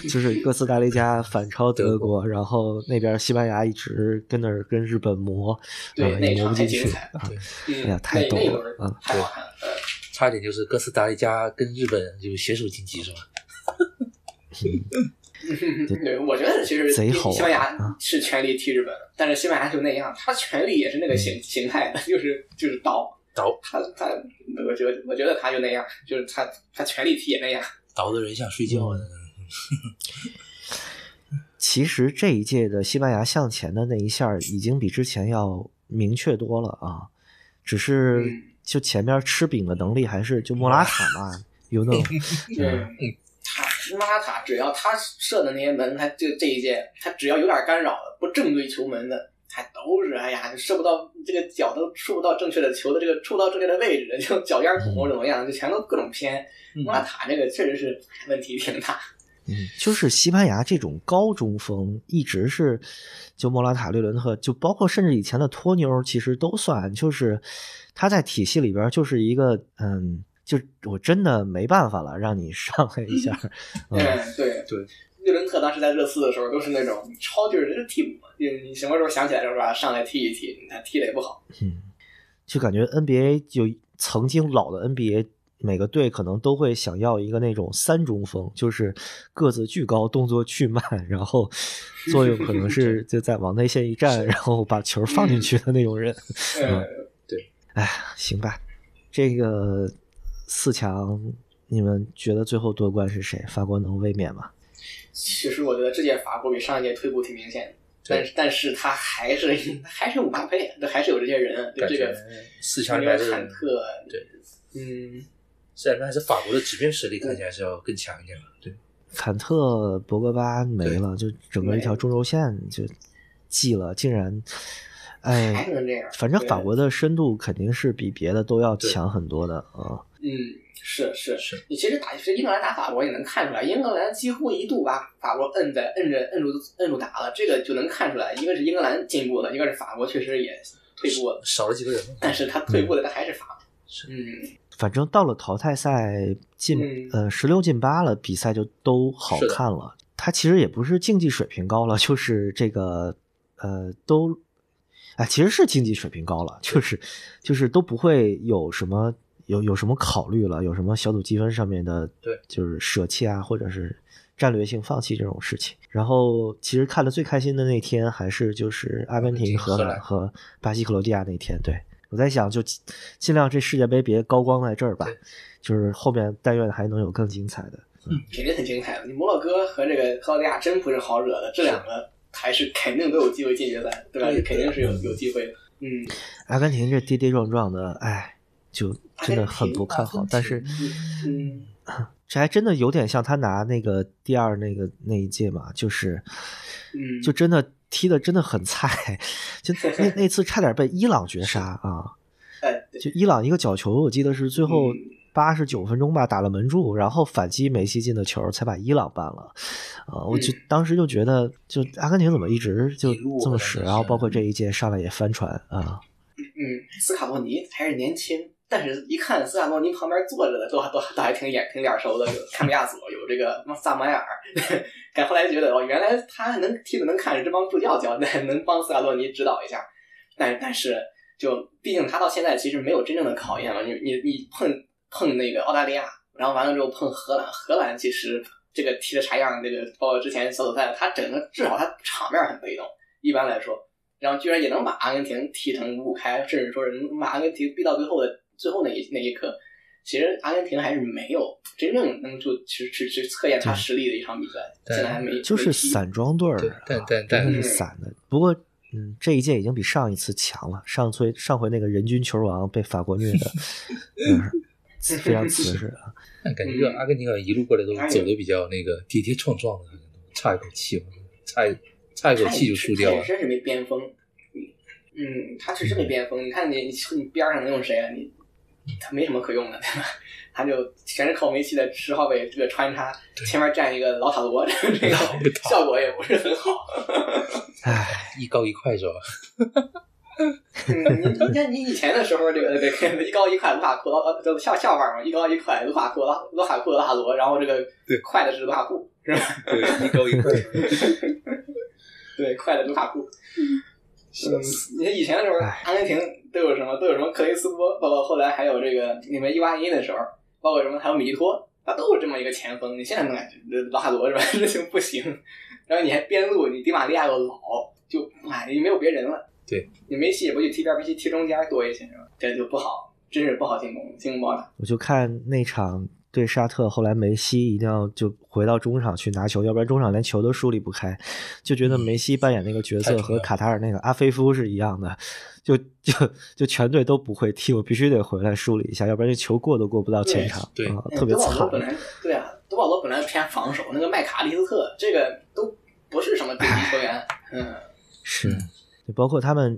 B: 就是哥斯达黎加反超德国，然后那边西班牙一直跟那儿跟日本磨，
D: 对
B: 啊
D: 那
B: 也
D: 一
B: 磨不
D: 场太
B: 进
D: 精
B: 去
D: 彩
B: 啊。
D: 嗯，
B: 哎呀太
D: 那
B: 逗
D: 那一
B: 了
D: 轮
B: 嗯
D: 太好看了。嗯
C: 差点就是哥斯达黎加跟日本就携手晋级是吧？
D: 嗯对，我觉得其实
B: 贼好玩
D: 西班牙
B: 啊
D: 是全力踢日本，但是西班牙就那样，他全力也是那
B: 嗯
D: 个形形态的，就是就是刀
C: 刀，
D: 他他，我觉得我觉得他就那样，就是他他全力踢也那样，
C: 倒的人想睡觉呢。
B: 其实这一届的西班牙向前的那一下儿已经比之前要明确多了啊，只是
D: 嗯
B: 就前面吃饼的能力还是就莫拉塔
D: [laughs]
B: 嘛，有那种
D: 嗯。他拉塔只要他射的那些门，他就这一届他只要有点干扰的，不正对球门的，他都是哎呀，就射不到这个脚都触不到正确的球的这个触不到正确的位置，就脚丫怎么怎么样，就全都各种偏。
C: 嗯
D: 拉塔这个确实是问题挺大。
B: 嗯，就是西班牙这种高中锋一直是，就莫拉塔、略伦特，就包括甚至以前的托妞儿，其实都算，就是他在体系里边儿就是一个，嗯，就我真的没办法了，让你 [laughs] 上来一下儿，嗯，
D: 嗯，对
C: 对。
D: 略伦特当时在热刺的时候都是那种超就是人替补嘛，你你什么时候想起来的时候吧，上来踢一踢，他踢的也不好。
B: 就感觉 NBA 就曾经老的 NBA。每个队可能都会想要一个那种三中锋，就是个子巨高，动作巨慢，然后作用可能是就在往内线一站，然后把球放进去的那种人。
D: 嗯，
B: 哎，行吧，这个四强，你们觉得最后夺冠是谁？法国能卫冕吗？
D: 其实我觉得这届法国比上一届退步挺明显的，
C: 对
D: 但是但是他还是 [laughs] 还是有姆巴佩，这还是有这些人，就
C: 感
D: 这
C: 觉
D: 个
C: 四强
D: 因
C: 里
D: 为
C: 来的
D: 坎
C: 人，
D: 特，
C: 对，
D: 嗯，
C: 虽然还是法国的直面实力看起来是要更强一点吧。对，
B: 坎特、博格巴没了，就整个一条中轴线就记了，竟然，
D: 还
B: 哎，
D: 能这样，
B: 反正
D: 对
B: 法，国的深度肯定是比别的都要强很多的啊。
D: 嗯，是是
C: 是，
D: 你其实打其实英格兰打法国也能看出来，英格兰几乎一度把法国摁在摁着摁住摁住打了，这个就能看出来，一个是英格兰进步了，一个是法国确实也退步了，
C: 少了几个人嘛。
D: 但是他退步了，他还是法国，
C: 是
D: 嗯，
B: 反正到了淘汰赛进、
D: 嗯
B: 呃十六进八了，比赛就都好
C: 是的
B: 看了。它其实也不是竞技水平高了，就是这个呃都哎其实是竞技水平高了，就是就是都不会有什么有有什么考虑了，有什么小组积分上面的
C: 对，
B: 就是舍弃啊，或者是战略性放弃这种事情。然后其实看的最开心的那天还是就是阿根廷、
C: 廷
B: 荷
C: 荷
B: 兰
C: 兰
B: 和巴西、克罗地亚那天，对。我在想，就尽尽量这世界杯别高光在这儿吧
C: 对，
B: 就是后面但愿还能有更精彩的。
D: 肯定很精彩的。你摩洛哥和这个克罗地亚真不是好惹的，这两个还是肯定都有机会进决赛，对吧？
C: 对
D: 肯定是有有机会的。嗯，
B: 阿根廷这跌跌撞撞的，哎，就真的很不看好。但是
D: 嗯，
B: 这还真的有点像他拿那个第二那个那一届嘛，就是，
D: 嗯
B: 就真的踢的真的很菜，就
D: [laughs]
B: 那那次差点被伊朗绝杀啊！
D: 哎，对
B: 就伊朗一个角球，我记得是最后
D: 嗯
B: 八十九分钟吧，打了门柱，然后反击梅西进的球，才把伊朗扳了。啊、我就
D: 嗯
B: 当时就觉得，就阿根廷怎么一直就
C: 一路
B: 这么
C: 好像
B: 使，
C: 是
B: 然后包括这一届上来也翻船啊，
D: 嗯，斯卡洛尼还是年轻，但是一看斯卡洛尼旁边坐着的都都都还挺眼挺脸熟的，有卡米亚索，有这个 [laughs] 萨马亚尔。但后来觉得哦，原来他还能踢的能看着这帮助教教，那能帮斯卡洛尼指导一下。但但是就毕竟他到现在其实没有真正的考验嘛，你你你碰碰那个澳大利亚，然后完了之后碰荷兰，荷兰其实这个踢的啥样，这个包括之前小组赛，他整个至少他场面很被动，一般来说。然后居然也能把阿根廷踢成五开，甚至说是能把阿根廷逼到最后的最后那一那一刻。其实阿根廷还是没有真正能就去去去测验他实力的一场比赛，
C: 对
D: 现在还没
B: 就是
D: 没踢
B: 散装队儿
C: 对，但
B: 啊
C: 但
B: 真的
D: 但
B: 是散的。不过，嗯，这一届已经比上一次强了。上回上回那个人均球王被法国虐的，
C: [laughs]
B: 嗯，非常瓷实啊。
C: 但感觉这阿根廷好像一路过来都
D: 哎呀
C: 走的比较那个跌跌撞撞的，差一口气嘛，差一差一口气就输掉了
D: 他也。真是没边锋。嗯，他确实没边锋。你看你你边上能用谁啊？你他没什么可用的，对吧？ [laughs] 他就全是靠梅西的十号位这个穿插，
C: 对
D: 前面站一个老塔罗，这个
C: 老塔罗
D: 效果也不是很好。 [laughs]
B: 唉，
C: 一高一快是吧？
D: 嗯，你你看你以前的时候，这个这 [laughs] 个一高一快，卢卡库呃，这笑笑话嘛，一高一快，卢卡库拉卢卡库拉塔罗，然后这个
C: 对
D: 快的是卢卡库，是吧？
C: 对，一高一快。
D: 对，快的卢卡库。嗯，你看以前的时候，
B: 唉
D: 阿根廷都有什么？都有什么克雷斯波，包括后来还有这个你们伊瓜因的时候，包括什么还有米利托，他都有这么一个前锋。你现在能感觉拉哈罗是吧？ [laughs] 这就不行。然后你还边路，你迪玛利亚又老，就哎，你没有别人了。
C: 对，
D: 你梅西也不去踢边，必须踢中间多一些，是吧？这就不好，真是不好进攻，进攻不好打。
B: 我就看那场对沙特，后来梅西一定要就回到中场去拿球，要不然中场连球都梳理不开，就觉得梅西扮演那个角
C: 嗯太
B: 色
C: 重
B: 和
C: 要了
B: 卡塔尔那个阿菲夫是一样的，就就就全队都不会踢，我必须得回来梳理一下，要不然这球过都过不到前
D: 对
B: 场，
C: 对
B: 啊
D: 嗯
B: 特别
D: 德保罗
B: 惨。
D: 本来对啊，德保罗本来偏防守，那个麦卡利斯特这个都不是什么顶级
B: [laughs]
D: 球员，嗯。
B: 是
C: 嗯，
B: 就包括他们，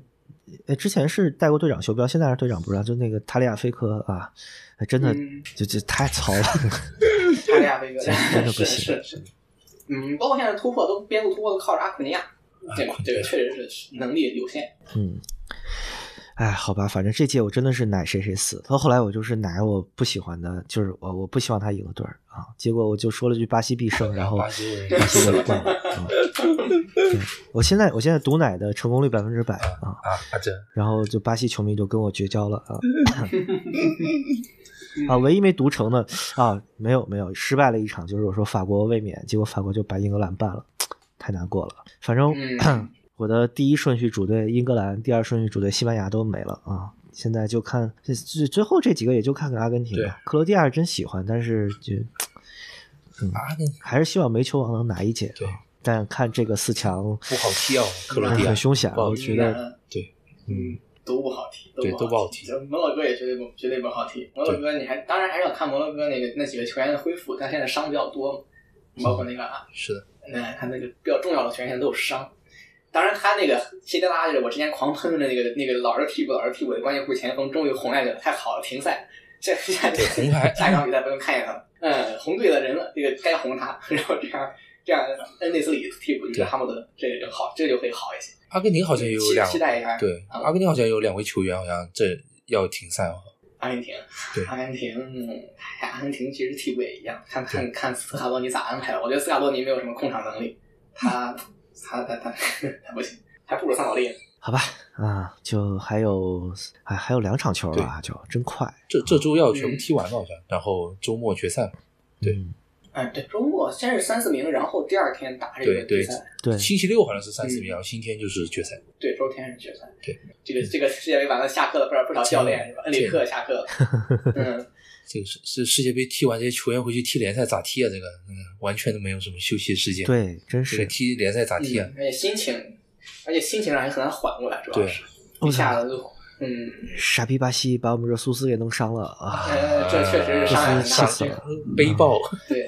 B: 呃，之前是带过队长袖标，现在还是队长不知道，就那个塔利亚菲科啊，哎真的、
D: 嗯
B: 就就太糙了。 [laughs]
D: 差俩飞哥，
B: 真的不
D: 是
B: 行
D: 是是，嗯，包括现在突破都边路突破都靠着阿库尼亚，这个这个确实是能力有限。
B: 嗯，哎，好吧，反正这届我真的是奶谁谁死。到后来我就是奶我不喜欢的，就是我我不希望他赢了队儿啊。结果我就说了句巴西必胜，然后
C: 巴西赢了
B: 巴西就冠了。啊、对我现在我现在毒奶的成功率百分之百啊，
C: [laughs] 啊，阿珍，
B: 然后就巴西球迷就跟我绝交了啊。啊，唯一没读成的啊，没有没有，失败了一场，就是我说法国卫冕，结果法国就把英格兰办了，太难过了。反正、
D: 嗯
B: [clears throat] 我的第一顺序主队英格兰，第二顺序主队西班牙都没了啊。现在就看最最最后这几个，也就看看阿根廷
C: 对
B: 吧。克罗地亚是真喜欢，但是就
C: 阿根廷
B: 还是希望煤球王能拿一届。
C: 对，
B: 但看这个四强
C: 不好踢啊，克罗地亚
B: 很凶险啊，
C: 不好
B: 我
C: 踢
B: 觉得
C: 对，
D: 嗯，都不好踢，
C: 对都不好踢
D: 就摩洛哥也绝对不绝对不好踢。摩洛哥你还当然还是要看摩洛哥那个那几个球员的恢复，但现在伤比较多嘛，包括那个啊
C: 是的，
D: 那他那个比较重要的球员现在都有伤。当然，他那个谢德拉就是我之前狂喷的那个那个老是替补老是替补的关键户前锋，终于红来了，太好了，停赛。这下
C: 对红牌
D: [laughs] 下一场比赛不用看见他了。嗯，红队的人了，这个该红他， [laughs] 然后这样这样恩内斯里替补你
C: 对
D: 哈姆德，这个就好，这个就会好一些。
C: 阿根廷好像有
D: 期
C: 两
D: 期待一下
C: 对，
D: 啊
C: 阿根廷好像有两位球员好像这要停赛哦，
D: 阿根廷，
C: 对
D: 阿根廷，哎呀，阿根廷其实替补也一样，看看看斯卡洛尼咋安排吧。我觉得斯卡洛尼没有什么控场能力，他他他他他不行，还不如桑保
C: 嗯
D: 利呢。
B: 好吧，啊，就还有还还有两场球了啊，就真快。
C: 这这周要全部踢完了好像，然后周末决赛嘛，对
B: 嗯
D: 哎，对，周末先是三四名，然后第二天打这个
C: 对对
D: 比赛，
B: 对，
C: 星期六好像是三四名，
D: 嗯
C: 然后星期天就是决赛。
D: 对，周天是决赛。
C: 对，
D: 这个这个世界杯完了，下课了不少不少教练是吧？恩里克下课了，
C: [laughs]
D: 嗯，
C: 这个是是世界杯踢完，这些球员回去踢联赛咋踢啊？这个嗯，完全都没有什么休息时间。，
B: 对，真
C: 这个
B: 是
C: 踢联赛咋踢啊？
D: 嗯而且心情，而且心情上也很难缓过来，主要
C: 对
D: 是
B: 我
D: 一
B: 操
D: 下子就，嗯，
B: 傻逼巴西把我们热苏斯给弄伤了啊！
D: 呃，这确实是伤害很
B: 气
D: 大，
B: 死
D: 这
B: 了
D: 个。
C: 背爆，
D: 对，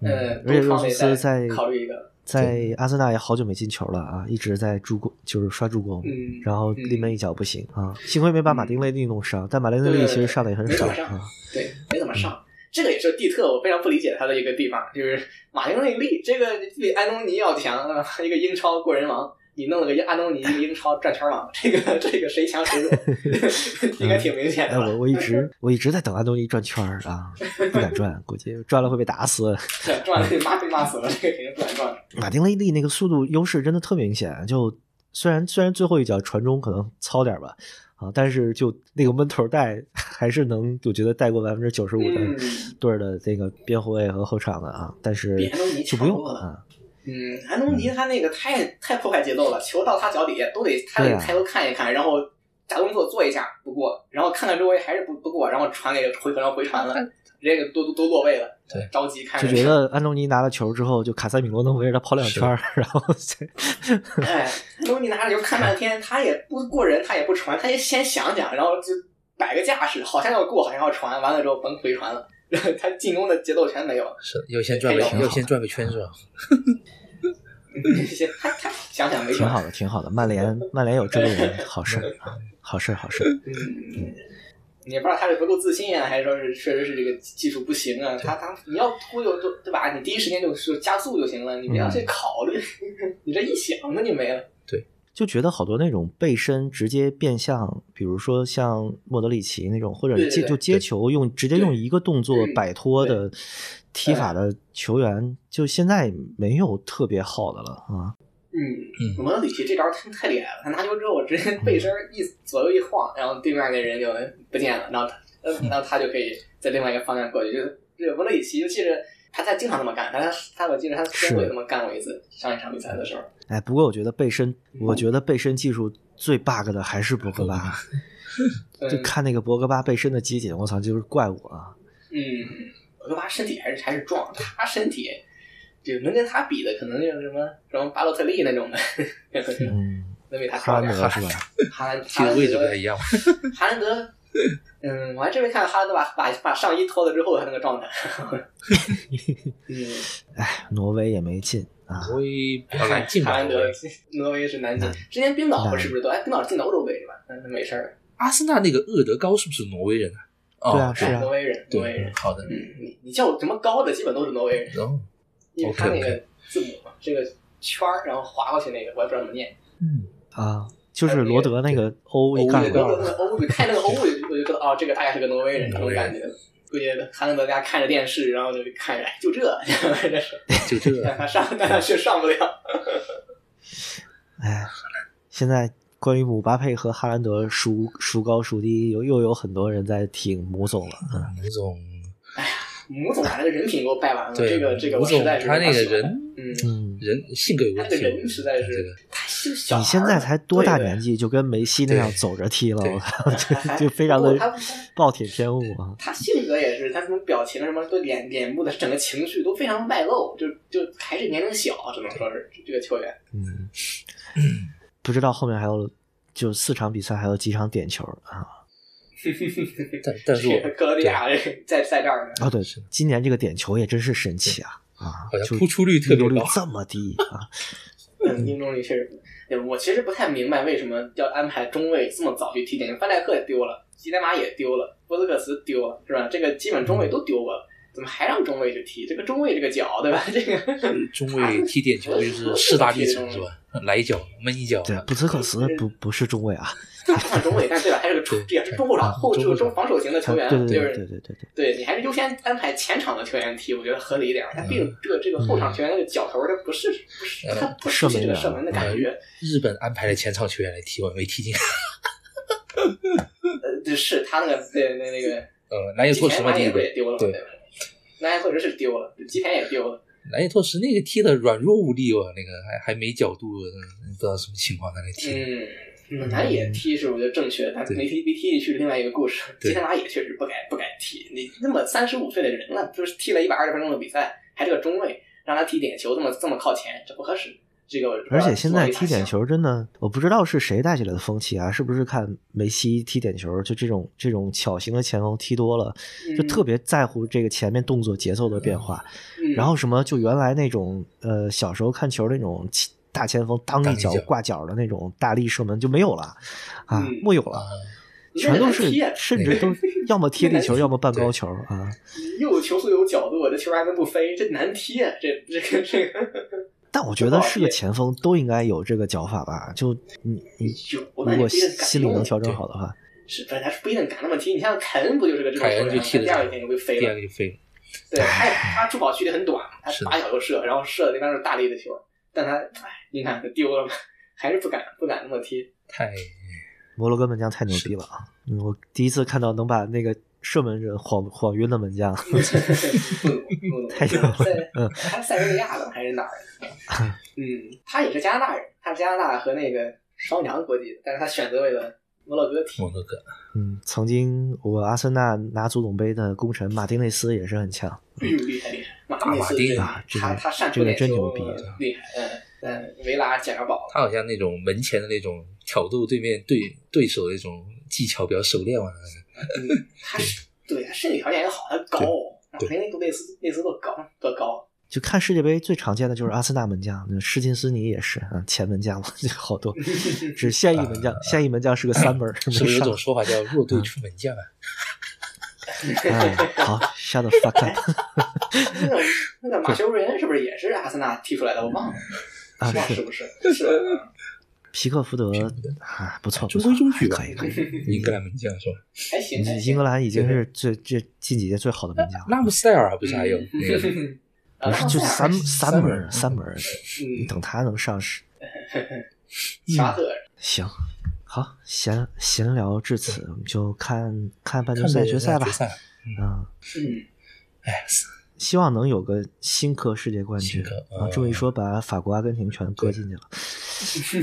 B: 嗯
D: 嗯，
B: 而且热
D: 东
B: 苏
D: 窗
B: 斯
D: 也
B: 在
D: 考虑一个，
B: 在阿森纳也好久没进球了啊，一直在助攻，就是刷助攻，
D: 嗯
B: 然后
D: 嗯
B: 临门一脚不行啊，幸亏没把马丁内利弄伤，但马丁内利其实上的也很
D: 没
B: 少
D: 怎么上
B: 啊，，
D: 对，没怎么上。这个也是蒂特，我非常不理解他的一个地方，就是马丁内利这个比安东尼要强，啊一个英超过人王，你弄了个安东尼，一个英超转圈王，这个这个谁强谁弱， [laughs] 应该挺明显
B: 哎，
D: 的吧。
B: 我我一直我一直在等安东尼转圈儿啊，
D: [laughs]
B: 不敢转，估计转了会被打死。
D: 转了被骂被骂死了，这个肯定不敢转。
B: 马丁内利那个速度优势真的特明显，啊就虽然虽然最后一脚传中可能糙点儿吧，啊，但是就那个闷头带 [laughs] 还是能，我觉得带过百分之九十五的
D: 嗯
B: 队儿的这个边后卫和后场的啊，但是
D: 比安东尼
B: 就不用
D: 强多了
B: 啊，
D: 嗯，安东尼他那个太太破坏节奏了，球到他脚底下都得他
B: 对
D: 得
B: 啊
D: 抬头看一看，然后假动作做一下不过，然后看看周围还是不不过，然后传给回传回传了，人家都都都落位了，
C: 对
D: 着急看
B: 就
D: 着
B: 觉得安东尼拿了球之后，就卡塞米罗能围着他跑两圈儿， [laughs] 然后再
D: [laughs] 哎，安东尼拿着球看半天，他也不过人，他也不传，他也先想想，然后就摆个架势，好像要过，好像要传，完了之后甭回传了， [laughs] 然后他进攻的节奏全没有了。 [laughs]
C: 是的要先转个
D: 哎呀
C: 要先转个圈是吧？
D: 他他想想没
B: 挺
D: 用。
B: 好的，挺好的。曼联曼联有这个人，好事儿啊，好事儿，好事儿。
D: 嗯，也不知道他是不够自信啊，还是说是确实是这个技术不行啊？他他你要忽悠就对吧？你第一时间就就加速就
B: 嗯
D: 行了，你不要去考虑， [laughs] 你这一想那就没了。
B: 就觉得好多那种背身直接变向，比如说像莫德里奇那种，或者
D: 对对
B: 接
D: 对
B: 就接球用直接用一个动作
D: 嗯
B: 摆脱的踢法的球员，就现在没有特别好的了啊。
D: 嗯，
C: 嗯，
D: 摩德里奇这招太太厉害了，他拿球之后直接背身一左右一晃，然后对面那人就不见了，然后他呃
B: [laughs]
D: 然后他就可以在另外一个方向过去。就是这个摩德里奇，尤其是他他经常这么干，但他他我记得他
B: 是
D: 中卫这么干过一次，上一场比赛的时候。
B: 哎，不过我觉得背身，我觉得背身技术最 bug 的还是博格巴，
D: 嗯
B: 就看那个博格巴背身的集锦，我操，就是怪物啊！
D: 嗯，我说他身体还是还是壮，他身体就能跟他比的，可能就是什么什么巴洛特利那种的，
B: 嗯，
D: 能比他
B: 哈
D: 壮
B: 兰
D: 点。
B: 德是吧？
D: 哈兰
C: 踢
D: 哈
C: 的
D: 兰
C: 位置不太
D: 德，
C: 一样嘛。
D: 哈兰德，嗯，我还真没看哈兰德把把把上衣脱了之后他那个
C: [laughs]
D: 状态。嗯，
B: 哎，挪威也没进啊。
C: 挪威比较难进
D: 哈
C: 吧？嗯
D: 兰
C: 挪
D: 德
C: 威，
D: 挪威是南京，之前冰岛是不是都？哎，冰岛是进的欧洲杯是吧？那那没事儿，
C: 阿森纳那个厄德高是不是挪威人啊？哦
B: 对啊是啊
D: 挪威人，挪威
C: 对，
D: 人。
C: 好的哦
D: 嗯，，你你叫什么高的，基本都是挪威人。
C: 然后
D: 因为它那
C: OK，OK
D: 个字母嘛，这个圈儿，然后划过去那个，我也不知道怎么念。
C: 嗯，
B: 啊，就是罗德那个欧一
C: 欧
B: 杠
C: 一
D: 那
C: 杠
B: 杠
D: 个那个欧，你看那个欧，我就我就知道哦，这个大概是个挪威人，这种感觉。估计哈兰德家看着电视，然后就看着，哎就这， [laughs] 这是
C: 就这个
D: 让他上， [laughs] 但他却上不了。
B: 哎，现在关于姆巴佩和哈兰德孰孰高孰低，又又有很多人在挺姆总了。嗯，
C: 吴总，
D: 母总把这个人品给我败完了，
C: 对，
D: 这个这个
C: 吴
D: 我
C: 总
D: 实在是
C: 他那个
D: 无法喜欢，
C: 人
D: 嗯，
B: 嗯
C: 人性格有问题，
D: 他这个人实在是
C: 这个
D: 他是小孩儿
B: 你现在才多大
D: 对
B: 年纪，就跟梅西那样走着踢了，
C: 对
B: 我靠，[laughs]
D: 还
B: 就就非常的
C: [laughs]
D: 不过他
B: 暴殄天物啊！
D: 他性格也是，他什么表情什么，对脸脸部的整个情绪都非常外露，就就还是年龄小，只能说是这个球员。
C: [clears throat]
B: 嗯，不知道后面还有就四场比赛还有几场点球啊？
C: 但但
D: [laughs]
C: 是我
D: 克罗地亚在在这儿呢，
B: 哦，对
C: 啊是的，
B: 今年这个点球也真是神奇啊！啊
C: 好，
B: 就
C: 像扑出率特
B: 命
C: 别
B: 中率
C: 高，
B: 这么低啊！
D: 嗯命中率确实不。对我其实不太明白为什么要安排中卫这么早去踢点球，范戴克也丢了，吉莱马也丢了，波斯克茨丢了，是吧？这个基本中卫都丢过了，怎么还让中卫去踢？这个中卫这个脚，对吧？这个
C: 中卫踢点球就是势大力沉是吧？来一脚闷一脚，
B: 对，不辞可辞，不不是中卫啊，
D: 他算中卫，但是对吧，他是个中，
C: 对
D: 也是中后场
C: 啊
D: 后
C: 中后
D: 就
C: 场
D: 中防守型的球员，
B: 对对
D: 就
B: 对对
D: 是
B: 对对对，
D: 对你还是优先安排前场的球员踢，我觉得合理一点。但毕竟这个这个后场球员那个脚头，他不是不是
C: 嗯
D: 他不是这个射门的感觉，
C: 日本安排了前场球员来踢，我没踢进。
D: 呃，是他那个那那那个
C: 呃，
B: 哎
C: 南野
D: 吉
C: 拓
D: 田
C: 实嘛，
D: 麻
C: 那
D: 也不
C: 个
D: 也丢了，
C: 对
D: 吧？那或者是丢了，吉田也丢了。
B: 嗯
C: 南野拓实那个踢的软弱无力哦，那个还还没角度，嗯不知道什么情况在那踢。
D: 嗯，本来也踢是我觉得正确，但
C: 对
D: 没踢没踢进去是另外一个故事。
C: 对
D: 吉田麻也确实不该不该踢，你那么三十五岁的人了，就是踢了一百二十分钟的比赛，还是个中卫，让他踢点球这么这么靠前，这不合适。这个
B: 而且现在踢点，球真的，我不知道是谁带起来的风气啊，是不是看梅西踢点球，就这种这种巧型的前锋踢多了，就特别在乎这个前面动作节奏的变化，
D: 嗯、
B: 然后什么就原来那种呃小时候看球那种起大前锋当
C: 当
B: 一
C: 一
B: 脚
C: 脚
B: 挂角的那种大力射门就没有了啊，
D: 嗯
B: 木有
C: 啊
B: 了，，全都是
D: 你这个踢啊
B: 甚至都要么贴地球，要么半高
C: 对
B: 球啊。
D: 你又有球速又有角度，这球还能不飞，这难踢啊！这这个这个
B: 但我觉得是个前锋都应该有这个脚法吧，就你你
D: 有，那
B: 如
D: 你
B: 果
D: 不一定敢
B: 心里能
D: 用
B: 调整好的话，
D: 是本来是不一定敢那么踢。你像凯恩不就是个这种
C: 凯
D: 球
C: 恩
D: 员
C: 就
D: 吗？
C: 踢的
D: 第二天就被飞
C: 第
D: 了
C: 二。个就飞了。
D: 对，他他助跑距离很短，他
C: 哎是的
D: 打小就射，然后射的那边是大力的球，但他哎，你看他丢了嘛，还是不敢不敢那么踢。 [laughs]
C: 太
B: 摩洛哥门将太牛逼了啊！嗯我第一次看到能把那个射门人晃晃晕的门
C: [laughs]
B: 将，太牛了嗯
D: 塞他塞维利亚的还是哪儿
B: [laughs]
D: 的？嗯，他也是加拿大人，他是加拿大和那个双娘国籍的，但是他选择为了摩洛哥踢。
C: 摩洛哥，
B: 嗯，曾经我阿森纳拿足总杯的功臣马丁内斯也是很强，
D: 哎呦，厉害厉害！马
C: 嗯马
D: 斯
C: 丁
D: 这个
B: 啊这个
D: 他他善
B: 这个
D: 点
B: 真
D: 球
B: 牛逼
C: 啊
D: 厉害。嗯，但维拉捡着宝了。
C: 他好像那种门前的那种挑逗对面对对手的那种技巧比较熟练嘛。
D: 嗯他是对他身体条件也好，他高，然后
C: 对
D: 那那内斯内斯多高多高。
B: 就看世界杯最常见的就是阿森纳门将，那施琴斯尼也是啊，前门将嘛， [laughs] 就好多，只现役门
C: [laughs] 啊
B: 将，现役门将是个三门儿，
C: 是不
B: 没
C: 是有
B: 上
C: 种。说法叫“弱队出门将”啊？ [laughs]
B: 哎，好，shut the fuck up
C: [laughs]
B: [laughs]
D: 那个那个马修瑞恩是不是也是阿森纳踢出来的？我忘了，
B: 啊，
D: 忘了是
B: 是
D: 不是？是
B: 皮克福德啊，不错，不
C: 中
B: 错
C: 规中矩，吧
B: 可以可以。
C: 英格兰门将是吧？
D: 还行，还
B: 英
D: 行
B: 格。兰已经是最这近几届最好的门将了，
C: 拉姆塞尔
D: 嗯
C: 不是 [laughs] 还有那个？
B: [laughs]
D: 啊
B: 不是就三三
C: 三
B: 门
C: 门
B: 儿
C: 儿
B: 三门儿，你
D: 嗯，
B: 等他能上市。
D: 沙
C: 嗯
D: 特
B: 行，好，闲闲聊至此，我们就看看半决
C: 看
B: 赛
C: 着
B: 决赛吧
C: 决。赛，
B: 嗯，
D: 嗯，
C: 哎，
B: 希望能有个新科世界冠军
C: 新科嗯
B: 啊！这么一说，把法国、阿根廷全搁进去了，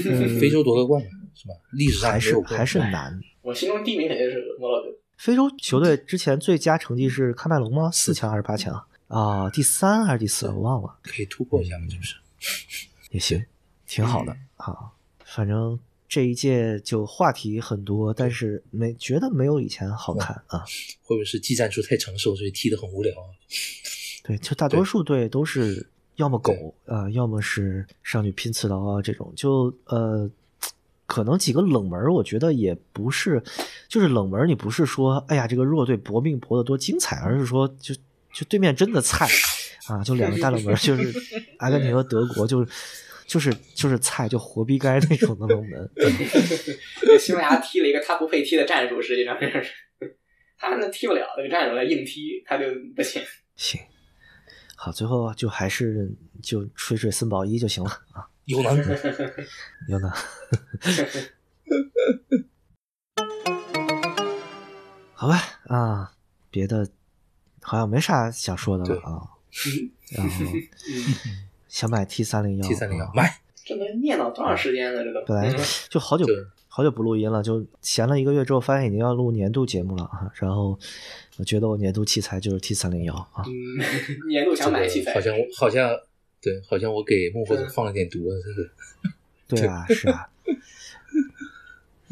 B: 嗯
C: 非洲夺个冠嘛，是吧？历史上
B: 还
C: 没
B: 是
C: 有过
B: 还是难。
D: 我心中第一名肯定是摩洛哥。
B: [laughs] 非洲球队之前最佳成绩是喀麦隆吗？四强还
C: 嗯
B: 是八强啊？第三还是第四？我忘了，
C: 可以突破一下嘛，是不是？
B: 也
C: 嗯
B: 行，挺好的啊。反正这一届就话题很多，但是没觉得没有以前好看啊。
C: 会不会是技战术太成熟，所以踢得很无聊啊？
B: 对，就大多数队都是要么狗啊、呃要么是上去拼刺刀啊这种，就呃，可能几个冷门儿，我觉得也不是，就是冷门，你不是说哎呀这个弱队搏命搏得多精彩，而是说就就对面真的菜啊，就两个大冷门儿，就是阿根廷和德国，就是就是就是菜，就活逼该那种的冷门。 [laughs]
D: 西班牙踢了一个他不配踢的战术，实际上是他那踢不了那个战术，他硬踢他就不行。
B: 行，好，最后就还是就吹吹森保一就行了啊，
C: 有
D: [laughs]
C: 难
B: 有呢。 [laughs] 好吧，啊，别的好像没啥想说的了啊。然
C: [laughs]
B: 后想买 T 三零幺啊
C: T 三零幺买，
D: 这能念叨多长时间了？这都嗯
B: 本来就好久
C: 对
B: 好久不录音了，就闲了一个月之后，发现已经要录年度节目了啊。然后我觉得我年度器材就是 T 三零幺啊，
D: 嗯，年度
C: 这
D: 想买器
C: 个
D: 材，
C: 好像好像对，好像我给孟获总放了点毒啊，这个
B: 对啊，是啊。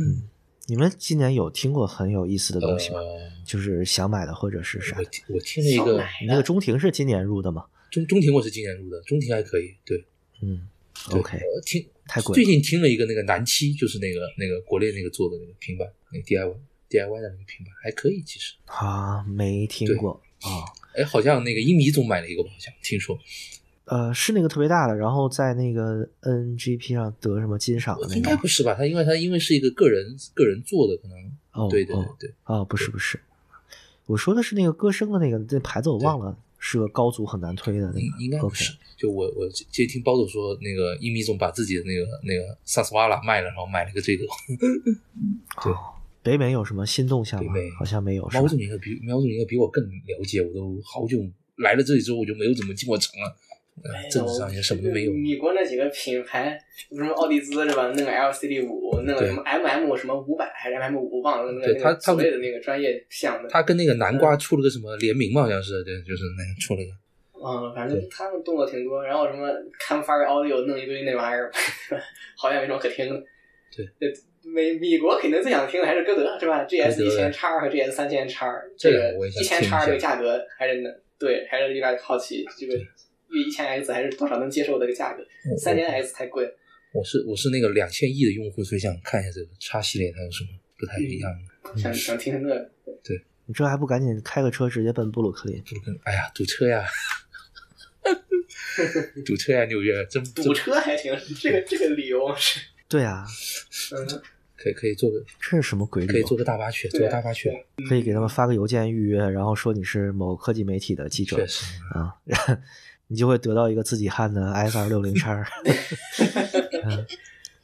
B: 嗯，你们今年有听过很有意思的东西吗？
C: 呃
B: [laughs] 就是想买的或者是啥
C: 我
B: 的？
C: 听我听了一
D: 想
C: 个
D: 买
B: 你那个中庭是今年入的吗？
C: 中中庭，我是今年入的，中庭还可以，对
B: 嗯
C: 对
B: ，OK，
C: 呃听
B: 太贵了
C: 最近听了一个那个南七，就是那个那个国内那个做的那个平板，那个 DIY DIY 的那个平板还可以，其实。
B: 啊，没听过啊。
C: 哎，好像那个英米总买了一个吧，好像听说。
B: 呃，是那个特别大的，然后在那个 NGP 上得什么金赏的那
C: 应该
B: 个？
C: 不是吧？他因为他因为是一个个人个人做的，可能
B: 哦，
C: 对对
B: 哦
C: 对对，
B: 哦，不是不是，我说的是那个歌声的那个那牌子，我忘了，是个高足很难推的那
C: 应
B: 个。
C: 应该不
B: OK
C: 是。就我我接接听包总说，那个一米总把自己的那个那个萨斯瓦拉卖了，然后买了个这个。对
B: 哦北美有什么新动向吗
C: 北美？
B: 好像没有，是
C: 毛
B: 吧
C: 总？应该比毛总应该比我更了解，我都好久来了这里之后，我就没有怎么进过城了。
D: 哎
C: 呃
D: 呦
C: 政治上也什么都没有。
D: 米国那几个品牌，什么奥迪兹是吧？弄个 LCD 五，弄个什么 MM 什么五百还是 MM 五，忘了那个
C: 对
D: 那
C: 他
D: 个
C: 他
D: 所
C: 们
D: 谓的那个专业项的。
C: 他跟那个南瓜出了个什么联名嘛，好像是对，就是那个出了个。
D: 嗯，反
C: 对
D: 正他们动作挺多，然后什么 Camfire Audio 弄一堆那玩意儿， [laughs] 好像没什么可听的。
C: 对
D: 对，美米国肯定最想听的还是歌德是吧？GS
C: 歌
D: 一
C: 德
D: 千叉和 GS 三千叉，
C: 这
D: 这
C: 个
D: 个
C: 我也想
D: 一千
C: 听一
D: 叉
C: 下
D: 这个价格还是能对，还是有点好奇，这个越一千 X 还是多少能接受的一个价格，
C: 我
D: 三千 X 太贵了。
C: 我是我是那个两千亿的用户，所以想看一下这个叉系列它有什么不太一样的。嗯
D: 想想听听那个。
B: 你这还不赶紧开个车直接奔布鲁克林？
C: 不是跟哎呀，堵车
D: [laughs]
C: 呀，堵车呀，纽约真
D: 堵
C: 堵
D: 车还行，这个这个理由是，
B: 对啊，
D: 嗯，
C: 可以可以坐个
B: 这是什么鬼
C: 可
B: 理
C: 以
B: 由
C: 坐？个大巴去，坐
D: 对啊
C: 个大巴去，
B: 可以给他们发个邮件预约，然后说你是某科技媒体的记者
C: 确实。
B: 啊，你就会得到一个自己焊的 F 二六零叉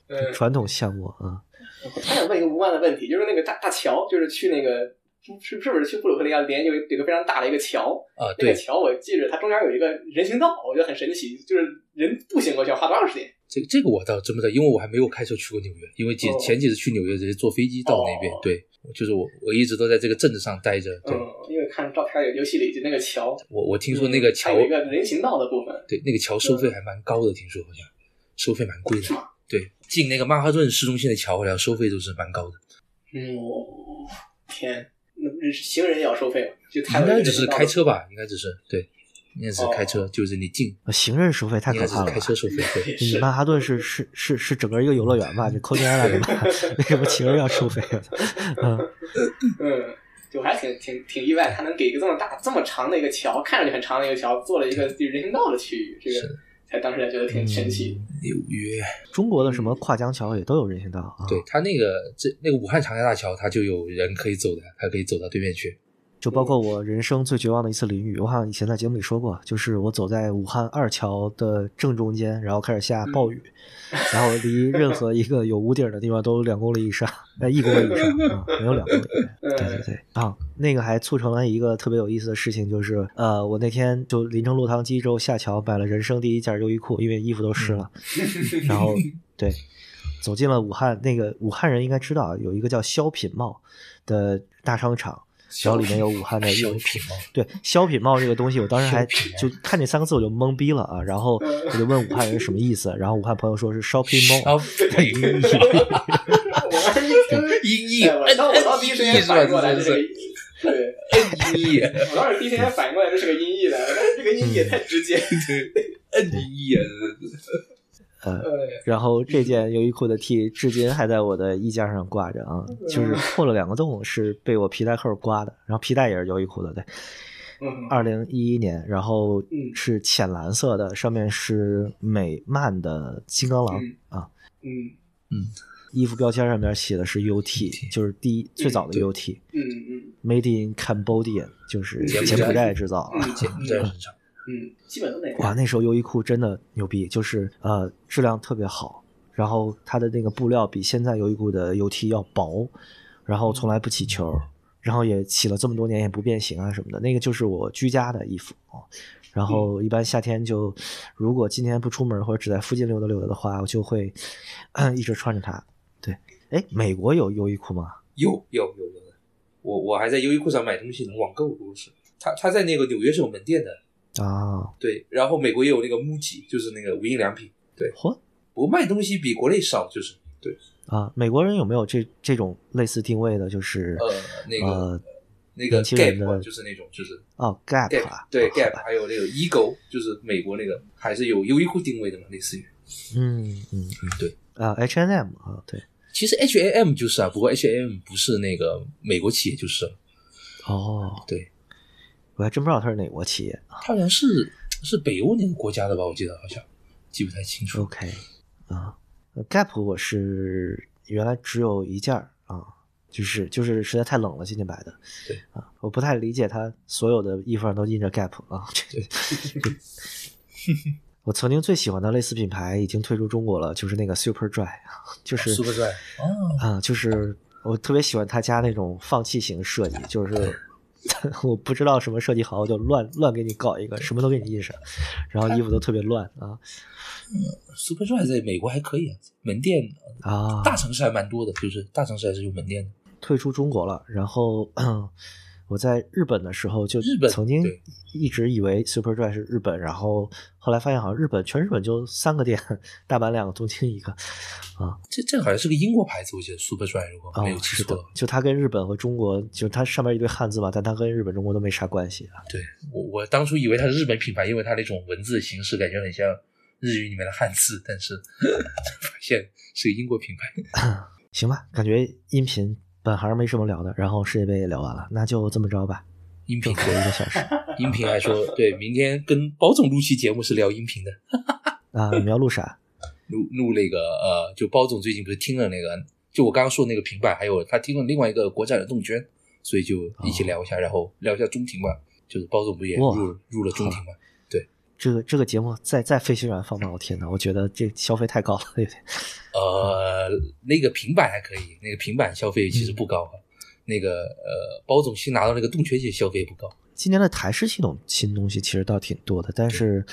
D: 嗯，
B: 传统项目啊。
D: 我还想问一个无关的问题，就是那个大大桥，就是去那个是是不是去布鲁克林要啊连有有个非常大的一个桥？
C: 啊，
D: 那个
C: 对，
D: 桥我记着它中间有一个人行道，我觉得很神奇，就是人步行过去要花多长时间？
C: 这个这个我倒真不知道，因为我还没有开车去过纽约，因为几
D: 哦
C: 前几次去纽约直接坐飞机到那边
D: 哦，
C: 对，就是我我一直都在这个镇子上待着，对
D: 嗯，因为看照片有游戏里就那个桥，
C: 我我听说那个桥
D: 它有一个人行道的部分，
C: 对，那个桥收费还蛮高的，听说好像收费蛮贵的
D: 嗯是。吗？
C: 对，进那个曼哈顿市中心的桥，好像收费都是蛮高的，
D: 嗯，我天，那行人也要收费吗？就它
C: 应
D: 有一个
C: 该
D: 人
C: 只
D: 行
C: 是
D: 道的
C: 开车吧，应该只是对，应该只是开
D: 哦
C: 车，就是你进
B: 行人呃收费太
C: 应
B: 可
C: 该只
B: 怕
C: 是
B: 了吧
C: 开！车收费，对
D: 也
B: 你
D: 是
B: 曼哈顿是是是是整个一个游乐园吧？你扣钱了是吧？为什么行人要收费啊？ [laughs] 嗯，
D: 嗯，就我还挺挺挺意外，他能给一个这么大、这么长的一个桥，看上去很长的一个桥，做了一个人行道的区域，这
C: 是
D: 个才当时才觉得挺神奇。
C: 纽约，
B: 嗯中国的什么跨江桥也都有人行道啊，
C: 对，它那个这那个武汉长江大桥，它就有人可以走的，它可以走到对面去。
B: 就包括我人生最绝望的一次淋雨，我好像以前在节目里说过，就是我走在武汉二桥的正中间，然后开始下暴雨，然后离任何一个有屋顶的地方都两公里以上，呃，一公里以上啊、没有两公里。
D: 嗯，
B: 对对对，啊，那个还促成了一个特别有意思的事情，就是呃，我那天就淋成落汤鸡之后下桥买了人生第一件优衣库，因为衣服都湿了，然后对，走进了武汉那个武汉人应该知道啊有一个叫肖品茂的大商场，然后里面有武汉的衣
C: 小
B: 服。
C: 品嘛，
B: 对“肖品茂”这个东西，我当时还
C: 肖品茂
B: 就看这三个字我就懵逼了啊，然后我就问武汉人是什么意思，然后武汉朋友说是 shopping mall，
C: 消费嗯
D: 我
C: 音译，
D: 哎我当我当第一时间反应过来
C: 是吧
D: 这个，对，
C: 音译，啊
D: 我当时第一时间反应过来这是个音译来的，但是这个音译也
C: 嗯
D: 太直接。
C: 音译啊，嗯
B: 呃，
D: 对，
B: [laughs] 然后这件优衣库的 T 至今还在我的衣架上挂着啊，
D: 嗯
B: 就是破了两个洞，是被我皮带扣刮的，然后皮带也是优衣库的，对，
D: 嗯，
B: 二零一一年，然后
D: 嗯
B: 是浅蓝色的，上面是美漫的金刚狼
D: 嗯
B: 啊，
D: 嗯
B: 衣服标签上面写的是 UT，就是第一最早的
C: 对
B: UT。
D: 嗯嗯
B: Made in Cambodia，就是
C: 柬
B: 柬
C: 埔
B: 埔
C: 寨
B: 寨制造啊。
D: 嗯
C: 柬埔寨市场。
D: 嗯，基本都那
B: 哇，
D: [laughs] 样。
B: 那时候优衣库真的牛逼，就是呃质量特别好，然后它的那个布料比现在优衣库的 UT 要薄，然后从来不起球，然后也洗了这么多年也不变形啊什么的。那个就是我居家的衣服啊然后一般夏天就，如果今天不出门或者只在附近溜达溜达的话，我就会嗯一直穿着它。对，哎，美国有优衣库吗？
C: 有有有有的，我我还在优衣库上买东西呢，网购都是。他他在那个纽约是有门店的，
B: 啊，
C: 对，然后美国也有那个 MUJI，就是那个无印良品，对。
B: 嚯
C: 不过卖东西比国内少，就是对，
B: 啊，美国人有没有这这种类似定位的？就是
C: 呃，那个、
B: 呃
C: 那个
B: 年轻人
C: Gap 啊
B: 的
C: 就是那种就是
B: 哦 Gap 啊
C: Gap，，对
B: 啊
C: Gap，还有那个 Ego，就是美国那个还是有优衣库定位的嘛，类似于。
B: 嗯嗯，嗯
C: 对
B: 啊，H and M 啊，对，
C: 其实 H A M 就是啊，不过 H A M 不是那个美国企业，就是了
B: 哦，
C: 对，
B: 我还真不知道它是哪国企业啊，
C: 它好像是是北欧哪个国家的吧？我记得好像记不太清楚。
B: OK，啊、g a p 我是原来只有一件儿啊，就是就是实在太冷了，今天买的。
C: 对
B: 啊，我不太理解它所有的衣服上都印着 Gap 啊。这个 [laughs] 我曾经最喜欢的类似品牌已经退出中国了，就是那个 Super Dry，就是 [laughs]
C: Superdry 哦，
B: 啊，就是我特别喜欢他家那种放弃型设计，就是 [laughs] 我不知道什么设计好，我就乱乱给你搞一个，什么都给你印上，然后衣服都特别乱啊
C: Superdry 在美国还可以啊，门店
B: 啊！
C: 大城市还蛮多的，就是大城市还是有门店的。
B: 退出中国了，然后 [clears throat] 我在日本的时候就
C: 日本
B: 曾经
C: 对
B: 一直以为 Superdry 是日本，然后后来发现好像日本全日本就三个店，大阪两个，东京一个啊
C: 这这好像是个英国牌子，我记得 Superdry 如果
B: 啊
C: 没有，记
B: 是
C: 错
B: 的
C: 哦的话，，
B: 就它跟日本和中国，就它上面一堆汉字嘛，但它跟日本、中国都没啥关系啊。
C: 对我我当初以为它是日本品牌，因为它那种文字形式感觉很像日语里面的汉字，但是发现是个英国品牌。
B: 行吧，感觉音频本行没什么聊的，然后世界杯也聊完了，那就这么着吧，
C: 音频
B: 正合一个小时
C: [laughs] 音频还说，对，明天跟包总录期节目是聊音频的，
B: 啊！你们要录啥？
C: 录录那个呃，就包总最近不是听了那个，就我刚刚说那个平板，还有他听了另外一个国产的动圈，所以就一起聊一下，然后聊一下中庭吧。就是包总不也
B: 哇
C: 入入了中庭嘛？
B: 这个这个节目再再飞行员放吧，我天哪，我觉得这消费太高了，有点
C: 呃，那个平板还可以，那个平板消费其实不高啊。那个呃，包总新拿到那个动圈其实消费不高。
B: 今年的台式系统新东西其实倒挺多的，但是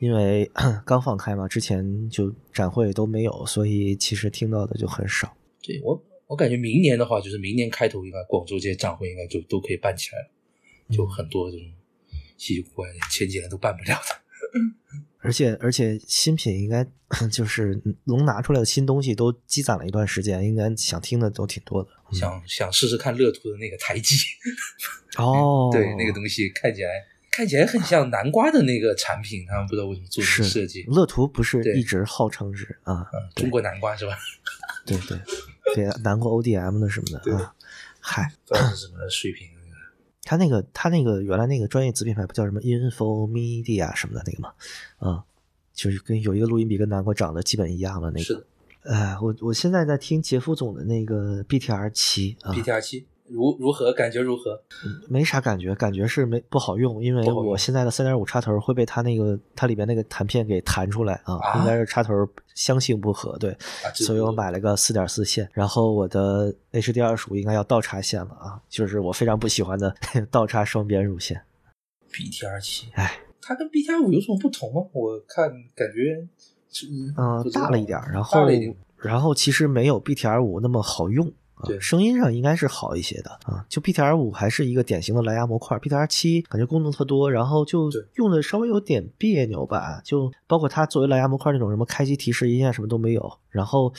B: 因为 [clears throat] 刚放开嘛，之前就展会都没有，所以其实听到的就很少。
C: 对我，我感觉明年的话，就是明年开头应该广州这些展会应该就都可以办起来了，就很多这种稀奇古怪的前几年都办不了的。
B: 而且而且新品应该 [clears throat] 就是能拿出来的新东西都积攒了一段时间，应该想听的都挺多的。嗯
C: 想想试试看乐途的那个台机，
B: 哦，
C: [laughs] 对那个东西看起来看起来很像南瓜的那个产品，他们不知道为什么做这
B: 是
C: 个设计。
B: 乐途不是
C: 对
B: 一直号称是啊，
C: 嗯，中国南瓜是吧？
B: 对对对，南过 ODM 的什么的啊。嗨，
C: [laughs] 不知道是什么水平。那个
B: 他那个他那个原来那个专业子品牌不叫什么 Infomedia 什么的那个嘛，啊，就是跟有一个录音笔跟南瓜长得基本一样的那
C: 是
B: 个。
C: 的
B: 哎，我我现在在听杰夫总的那个 BTR 七啊，
C: ，PTR 七如如何？感觉如何？
B: 没啥感觉，感觉是没不好用，因为
C: 不好用
B: 我现在的三点五插头会被它那个它里边那个弹片给弹出来啊，
C: 啊
B: 应该是插头相性不合，对，
C: 啊，这个
B: 所以我买了个四点四线，然后我的 HD 二十五应该要倒插线了啊，就是我非常不喜欢的 [laughs] 倒插双边入线。
C: PTR 七，
B: 哎，
C: 它跟 PTR 五有什么不同吗？我看感觉是
B: 嗯、
C: 不知道
B: 大了一点儿，然
C: 大
B: 后
C: 了一点
B: 然后其实没有 BTR 五那么好用。啊
C: 对，
B: 声音上应该是好一些的啊。就 BTR 五还是一个典型的蓝牙模块，BTR 七感觉功能特多，然后就
C: 对
B: 用的稍微有点别扭吧。就包括它作为蓝牙模块那种什么开机提示音啊什么都没有，然后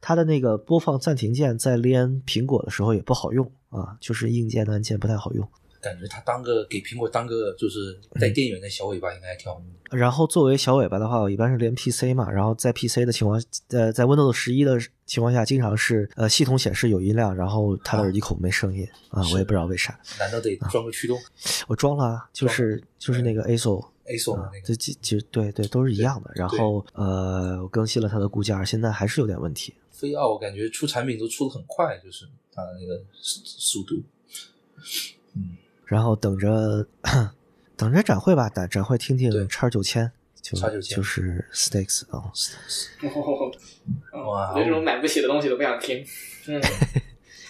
B: 它的那个播放暂停键在连苹果的时候也不好用啊，就是硬件的按键不太好用。
C: 感觉它当个给苹果当个就是带电源的小尾巴，应该还挺好用的。
B: 然后作为小尾巴的话，我一般是连 PC 嘛，然后在 PC 的情况，呃，在 Windows 十一的情况下，经常是呃系统显示有音量，然后它的耳机孔没声音啊，
C: 是
B: 我也不知道为啥。
C: 难道得装个驱
B: 嗯
C: 动
B: 我装了，啊，就是就是那个 ASO。
C: ASO
B: 啊
C: 那，个？
B: 这其其实对对都是一样的。然
C: 对
B: 后呃，我更新了它的固件，现在还是有点问题。
C: 飞奥我感觉出产品都出的很快，就是它的那个速速度。
B: 然后等着 [clears throat] 等着展会吧，展展会听
C: 对
B: 听叉九千，就
C: X9000
B: 就是 Stakes 啊、
C: 哇
D: 我觉得这种买不起的东西都不想听。嗯，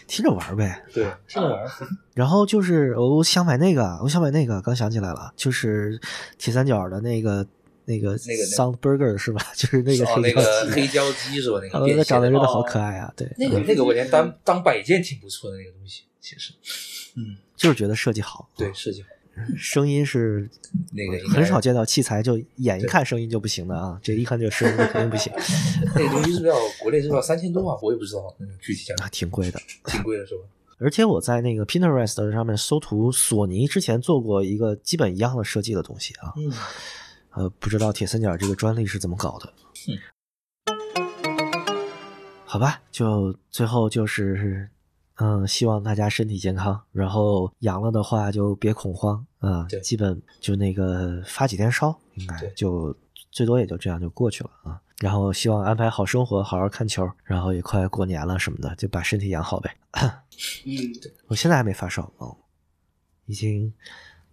B: 听着玩儿呗。
C: 对，这玩意儿
B: 然后就是我想买那个，我想买那个，啊刚想起来了，就是铁三角的那个那个
C: 那个
B: Sound Burger 是吧？ [laughs] 就是那个
C: 哦，
B: 黑
C: 那
B: 胶
C: 个
B: 机，
C: 黑胶机是吧？那
B: 啊
C: 个变
B: 那
C: 形
B: 长得
C: 的
B: 真的
D: 哦
B: 好可爱啊！对，
C: 那个那个我连当当摆件挺不错的那个东西，其实，嗯，
B: 就是觉得设计好， [laughs]
C: 对，设计好
B: 声音是
C: 那个应该
B: 很少见到器材就眼一看声音就不行的啊，这一看这声音就肯定不
C: [laughs]
B: 行
C: 那个东西是不是要国内是不是要三千多啊？我也不知道，嗯，具体价格
B: 啊，挺贵的。
C: 挺贵的是吧？
B: 而且我在那个 Pinterest 上面搜图，索尼之前做过一个基本一样的设计的东西啊，
C: 嗯，
B: 呃，不知道铁三角这个专利是怎么搞的。
C: 嗯
B: 好吧，就最后就是，嗯，希望大家身体健康，然后阳了的话就别恐慌啊、啊、
C: 对
B: 基本就那个发几天烧，应该
C: 对
B: 就最多也就这样就过去了啊。然后希望安排好生活，好好看球，然后也快过年了什么的，就把身体养好呗。
D: 嗯，
B: 我现在还没发烧啊、哦，已经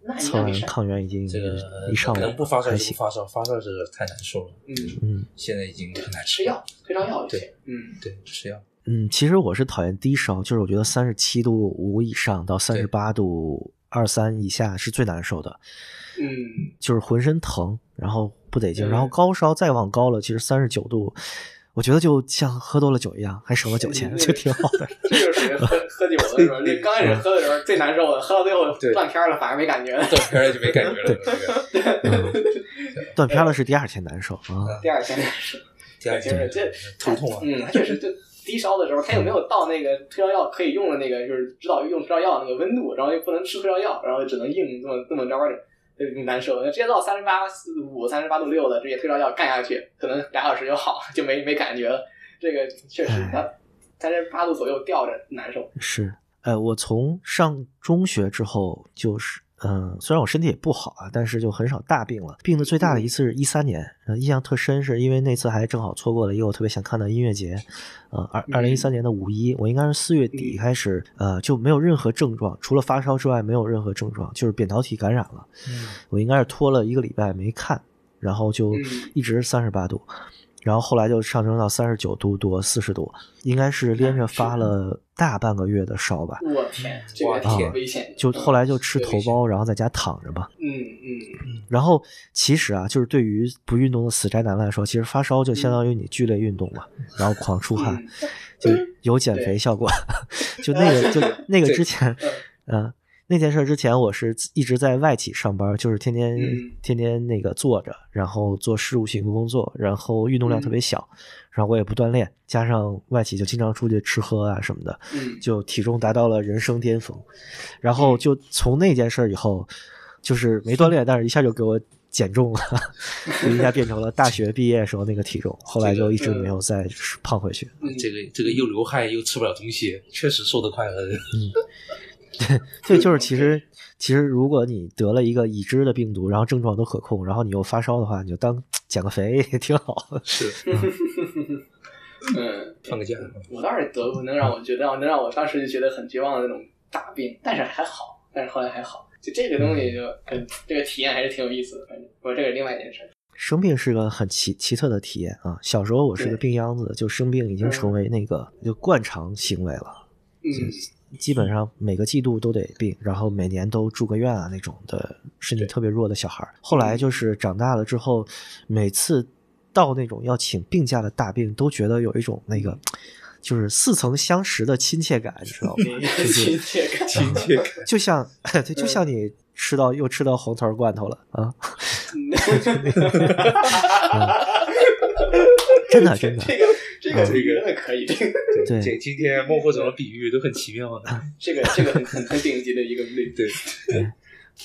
D: 那应
B: 测
D: 该没
B: 完
D: 事儿。
B: 抗原已经
C: 这个
B: 一上午
C: 可能不发烧
B: 还
C: 就
B: 行
C: 不，发烧，发烧这个太难受了，
D: 嗯，
B: 嗯。
C: 现在已经很难
D: 吃
C: 吃
D: 药，，退烧药就
C: 对
D: 行。嗯，
C: 对，吃药， [laughs]
B: 嗯，其实我是讨厌低烧，就是我觉得三十七度五以上到三十八度二三以下是最难受的，
D: 嗯，
B: 就是浑身疼，然后不得劲儿。
D: 对
B: 然后高烧再往高了，其实三十九度，我觉得就像喝多了酒一样，还省了酒钱，
D: 对
B: 就挺好的。
D: 这就是属于 [laughs] 喝喝酒的时候，那刚开始喝的时候最难受的，喝到最后
C: 对
D: 断片儿了反而没感觉了。
C: 断片儿就没感觉了。这个
B: 嗯断片了是第二天难受啊。
D: 第二天是
C: 第二天
D: 对
C: 头痛啊，
D: 嗯，确实就低烧的时候，他有没有到那个退烧药可以用的那个，就是知道用退烧药那个温度，然后又不能吃退烧药，然后只能硬这么这么着着。就难受，那直接到三十八五、三十八度六的，直接退烧药干下去，可能俩小时就好，就没没感觉了。这个确实
B: 哎，
D: 三十八度左右吊着难受。
B: 是，呃，我从上中学之后就是，嗯、虽然我身体也不好啊，但是就很少大病了。病的最大的一次是一三年，呃，印象特深，是因为那次还正好错过了一个我特别想看的音乐节，呃，二二零一三年的五一，我应该是四月底开始，呃，就没有任何症状，除了发烧之外没有任何症状，就是扁桃体感染了。我应该是拖了一个礼拜没看，然后就
D: 嗯
B: 一直三十八度，然后后来就上升到三十九度多、四十度，应该是连着发了大半个月的烧吧。
D: 我天，这个
C: 哇
D: 挺危险的。
B: 就后来就吃
C: 对
B: 头孢，然后在家躺着吧。
D: 嗯嗯
B: 然后其实啊，就是对于不运动的死宅男来说，其实发烧就相当于你剧烈运动嘛，然后狂出汗
D: 嗯，
B: 就有减肥效果。 [laughs] 就那个就那个之前， [laughs] 嗯。那件事之前，我是一直在外企上班，就是天天、
D: 嗯
B: 天天那个坐着，然后做事务性工作，然后运动量特别小，然后我也不锻炼，加上外企就经常出去吃喝啊什么的，
D: 嗯，
B: 就体重达到了人生巅峰，然后就从那件事儿以后，就是没锻炼，但是一下就给我减重了， [laughs] 就一下变成了大学毕业时候那个体重，后来就一直没有再胖回去。
D: 嗯
C: 这个这个又流汗又吃不了东西，确实瘦得快
B: [laughs]
C: 了。
B: 对，就是其实其实如果你得了一个已知的病毒，然后症状都可控，然后你又发烧的话，你就当减个肥也挺好。
C: 是
D: 嗯，
C: 放个假，
D: 我倒是得过能让我觉得能让我当时就觉得很绝望的那种大病，但是还好，但是后来还好。就这个东西就
B: 嗯
D: 很，这个体验还是挺有意思的。反正不过这个是另外一件事。
B: [laughs] 生病是个很奇奇特的体验啊！小时候我是个
D: 对
B: 病秧子，就生病已经成为那个就惯常行为了。
D: 嗯，
B: 基本上每个季度都得病，然后每年都住个院啊那种的，身体特别弱的小孩儿。后来就是长大了之后，每次到那种要请病假的大病，都觉得有一种那个就是似曾相识的亲切感，你知道吗？就
D: 亲 [laughs]
B: 是
D: 切感，
C: 亲切感。
B: 就像 [laughs] 对，就像你吃到又吃到红头罐头了啊！ [laughs] 嗯真的真的
D: 这个这个
C: 这个
D: 真的可以，这个
B: 对嗯
C: 这今天孟获总的比喻都很奇妙啊。
D: 这个这个很很很顶级的一个类比，
C: 对，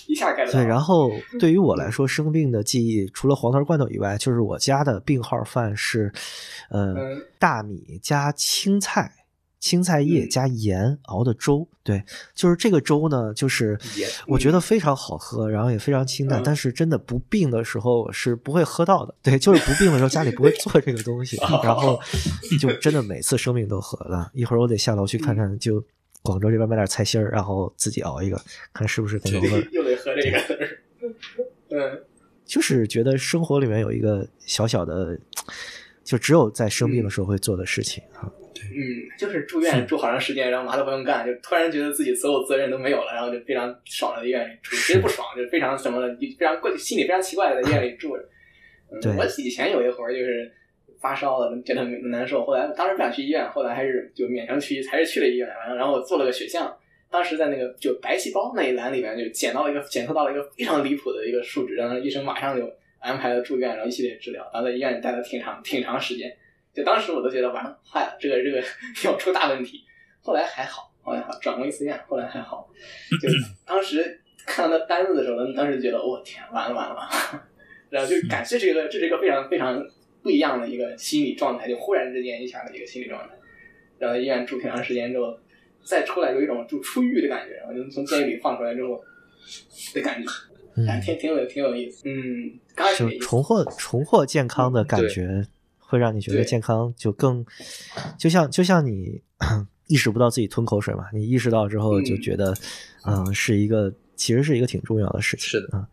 D: 一下盖到。
B: 对，然
D: [laughs]
B: 后对于我
D: 嗯
B: 来说，生病的记忆除了黄桃罐头以外，就是我家的病号饭是，呃，
D: 嗯
B: 大米加青菜。青菜叶
D: 嗯
B: 加盐熬的粥，对，就是这个粥呢，就是
C: 盐
B: 我觉得非常好喝，然后也非常清淡，
D: 嗯
B: 但是真的不病的时候是不会喝到的，对，就是不病的时候家里不会做这个东
D: [laughs]
B: 西，
D: 哦
B: 然后就真的每次生病都喝了。一会儿我得下楼去看
D: 嗯
B: 看，就广州这边买点菜心儿，然后自己熬一个，看是不是那个味儿。
D: 又得喝这个，嗯
B: 就是觉得生活里面有一个小小的，就只有在生病
C: 嗯
B: 的时候会做的事情啊。
D: 嗯，就是住院住好长时间，然后啥都不用干，就突然觉得自己所有责任都没有了，然后就非常爽的在医院里住，其实不爽，就非常什么，非常怪，心里非常奇怪的在医院里住着。
B: 对
D: 嗯，我以前有一回就是发烧了，觉得很难受，后来当时不想去医院，后来还是就勉强去，还是去了医院，然后然后我做了个血项。当时在那个就白细胞那一栏里面，就检到了一个检测到了一个非常离谱的一个数值，然后医生马上就安排了住院，然后一系列治疗，然后在医院里待了挺长挺长时间。就当时我都觉得完了，坏了，这个这个 [laughs] 要出大问题。后来还好，后来还好，转过一次院，后来还好。就当时看到那单子的时候，当时觉得我、天，完了完了完了，然呃后就感觉这是一个这是一个非常非常不一样的一个心理状态，就忽然之间一下的一个心理状态。然后在医院住挺长时间之后，再出来有一种就出狱的感觉，然后就从监狱里放出来之后，的感觉，
B: 嗯，
D: 哎，挺挺有挺有意思。嗯，刚开始
B: 就
D: 没意思
B: 重获重获健康的感觉，会让你觉得
D: 对
B: 健康就更，就像就像你 [coughs] 意识不到自己吞口水嘛，你意识到之后
D: 嗯
B: 就觉得，嗯、是一个其实是一个挺重要的事情。
C: 是的
B: 啊、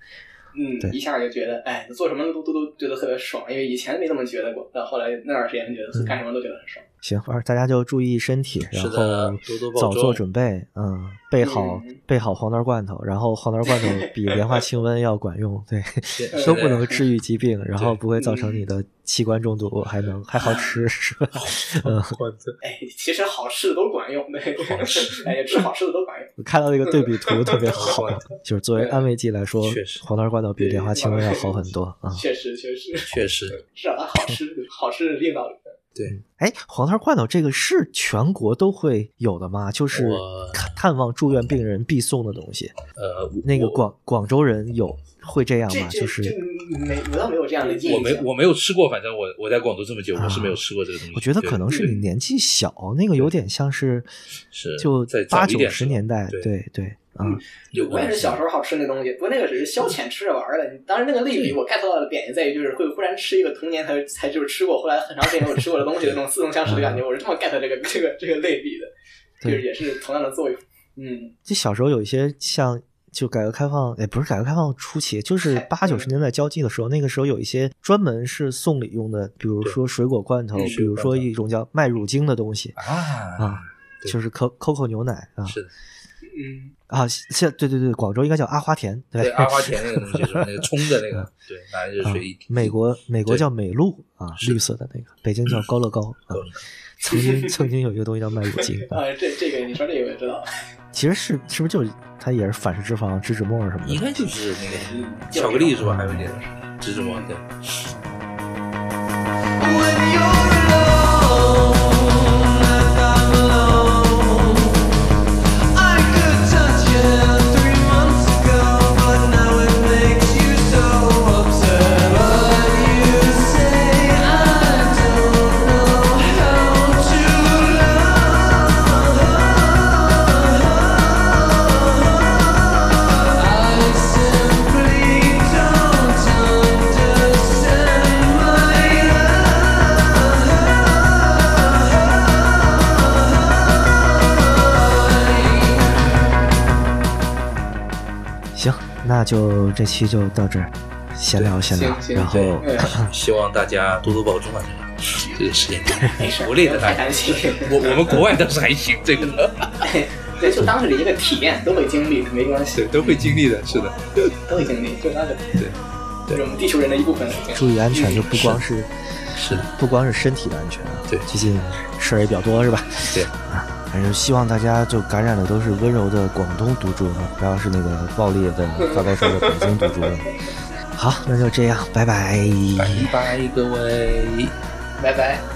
B: 对
D: 嗯，一下就觉得，哎，做什么都都都觉得特别爽，因为以前没这么觉得过，但后来那段时间觉得
B: 嗯
D: 干什么都觉得很爽。
B: 行，反正大家就注意身体，然
C: 是
B: 后
C: 的多多保
B: 早做
C: 重
B: 准备，嗯，备好、
D: 嗯
B: 备好黄桃罐头，然后黄桃罐头比莲花清瘟要管用，对，
C: 是
B: 都
C: 的
B: 不能治愈疾病，然后
C: 对嗯
B: 不会造成你的器官中毒，还能还好
C: [laughs]
B: 吃，是吧？ [laughs] 嗯，
D: 哎，其实好吃的都管用，对，哎，吃好吃的都管用。
B: 我看到那个对比图特别好
C: 好的，
B: [laughs] 就是作为安慰剂来说
C: 确实，
B: 黄桃罐头比莲花清瘟要好很多啊。
D: 确实，确实， [laughs]
C: 确实，
D: 至少它好吃，好吃是另道理。
B: 哎，黄桃罐头这个是全国都会有的吗？就是
C: 我
B: 看探望住院病人必送的东西。
C: 呃，我
B: 那个
C: 我
B: 广广州人有会这样
D: 这
B: 吗？
D: 这
B: 就是
D: 这没我倒没有这样的印象。
C: 我没我没有吃过，反正我我在广州这么久，我是没有吃过这个东西。
B: 我觉得
C: 对
B: 可能是你年纪小，那个有点像是
C: 是
B: 就
C: 再早
B: 八
C: 一
B: 九
C: 点
B: 十
C: 吧
B: 年代，
C: 对嗯
B: 对对啊，
C: 有
D: 我也是小时候好吃那东西，不过那个只是消遣吃着玩儿的。你当时那个类比，我 get 到的点在于，就是会忽然吃一个童年才才就是吃过，后来很长时间没有吃过的
C: [laughs]
D: 东西的那种似曾相识的感觉。我是这么 get 这个这个这个类比的，就
B: 嗯对
D: 是也是同样的作用。嗯，
B: 就小时候有一些像，就改革开放，哎也不是改革开放初期，就是
D: 哎
B: 八九
C: 嗯
B: 十年代交际的时候，那个时候有一些专门是送礼用的，比如说水果罐头，
C: 嗯
B: 比如说一种叫麦乳精的东西
C: 啊
B: 啊，，
C: 对
B: 就是 Co Coco 牛奶啊
C: 是的，
D: 嗯，
B: 啊，现对对对，广州应该叫阿华田，
C: 对
B: 对
C: 阿华田那个东西，就是那个冲的
B: [laughs]
C: 那个，对，拿热
B: 啊
C: 水一，
B: 美国美国
C: 对
B: 叫美露啊，
C: 是
B: 绿色的那个，北京叫高乐高啊
C: 高哎乐高。
B: 曾
C: [laughs]
B: 经曾经有一个东西叫麦乳精啊，
D: 啊，这这个你说这个我知道，
B: 其实是是不是就是它也是反式脂肪、脂脂末什么
C: 应
B: 的？
C: 该就是那个巧克力是吧？还有一点芝芝芒对。
B: 行，那就这期就到这儿，闲聊闲聊
D: 行，行
B: 然后
C: 对
B: [laughs]
D: 嗯，
C: 希望大家多多保重啊！这个这个时间
D: 没事，
C: 国内的
D: 不用太
C: [laughs] 大
D: 担
C: 家，
D: 心，
C: 我我们国外倒是还行，这个
D: [laughs] 对，就当是一个体验，都会经历，没关系，
C: [laughs] 对都会经历的，是的，
D: 都会经历，就当是
C: 对，
D: 就是我们地球人的一部分。
B: 注意安全，就
D: 嗯
B: 不光是
C: 是的，
B: 不光是身体的安全啊。
C: 对
B: 最近事儿也比较多，是吧？
C: 对
B: 啊，反正希望大家就感染的都是温柔的广东毒株啊，不要是那个暴烈的发高烧的北京毒株了。好，那就这样，拜拜
C: 拜拜各位。
D: 拜拜。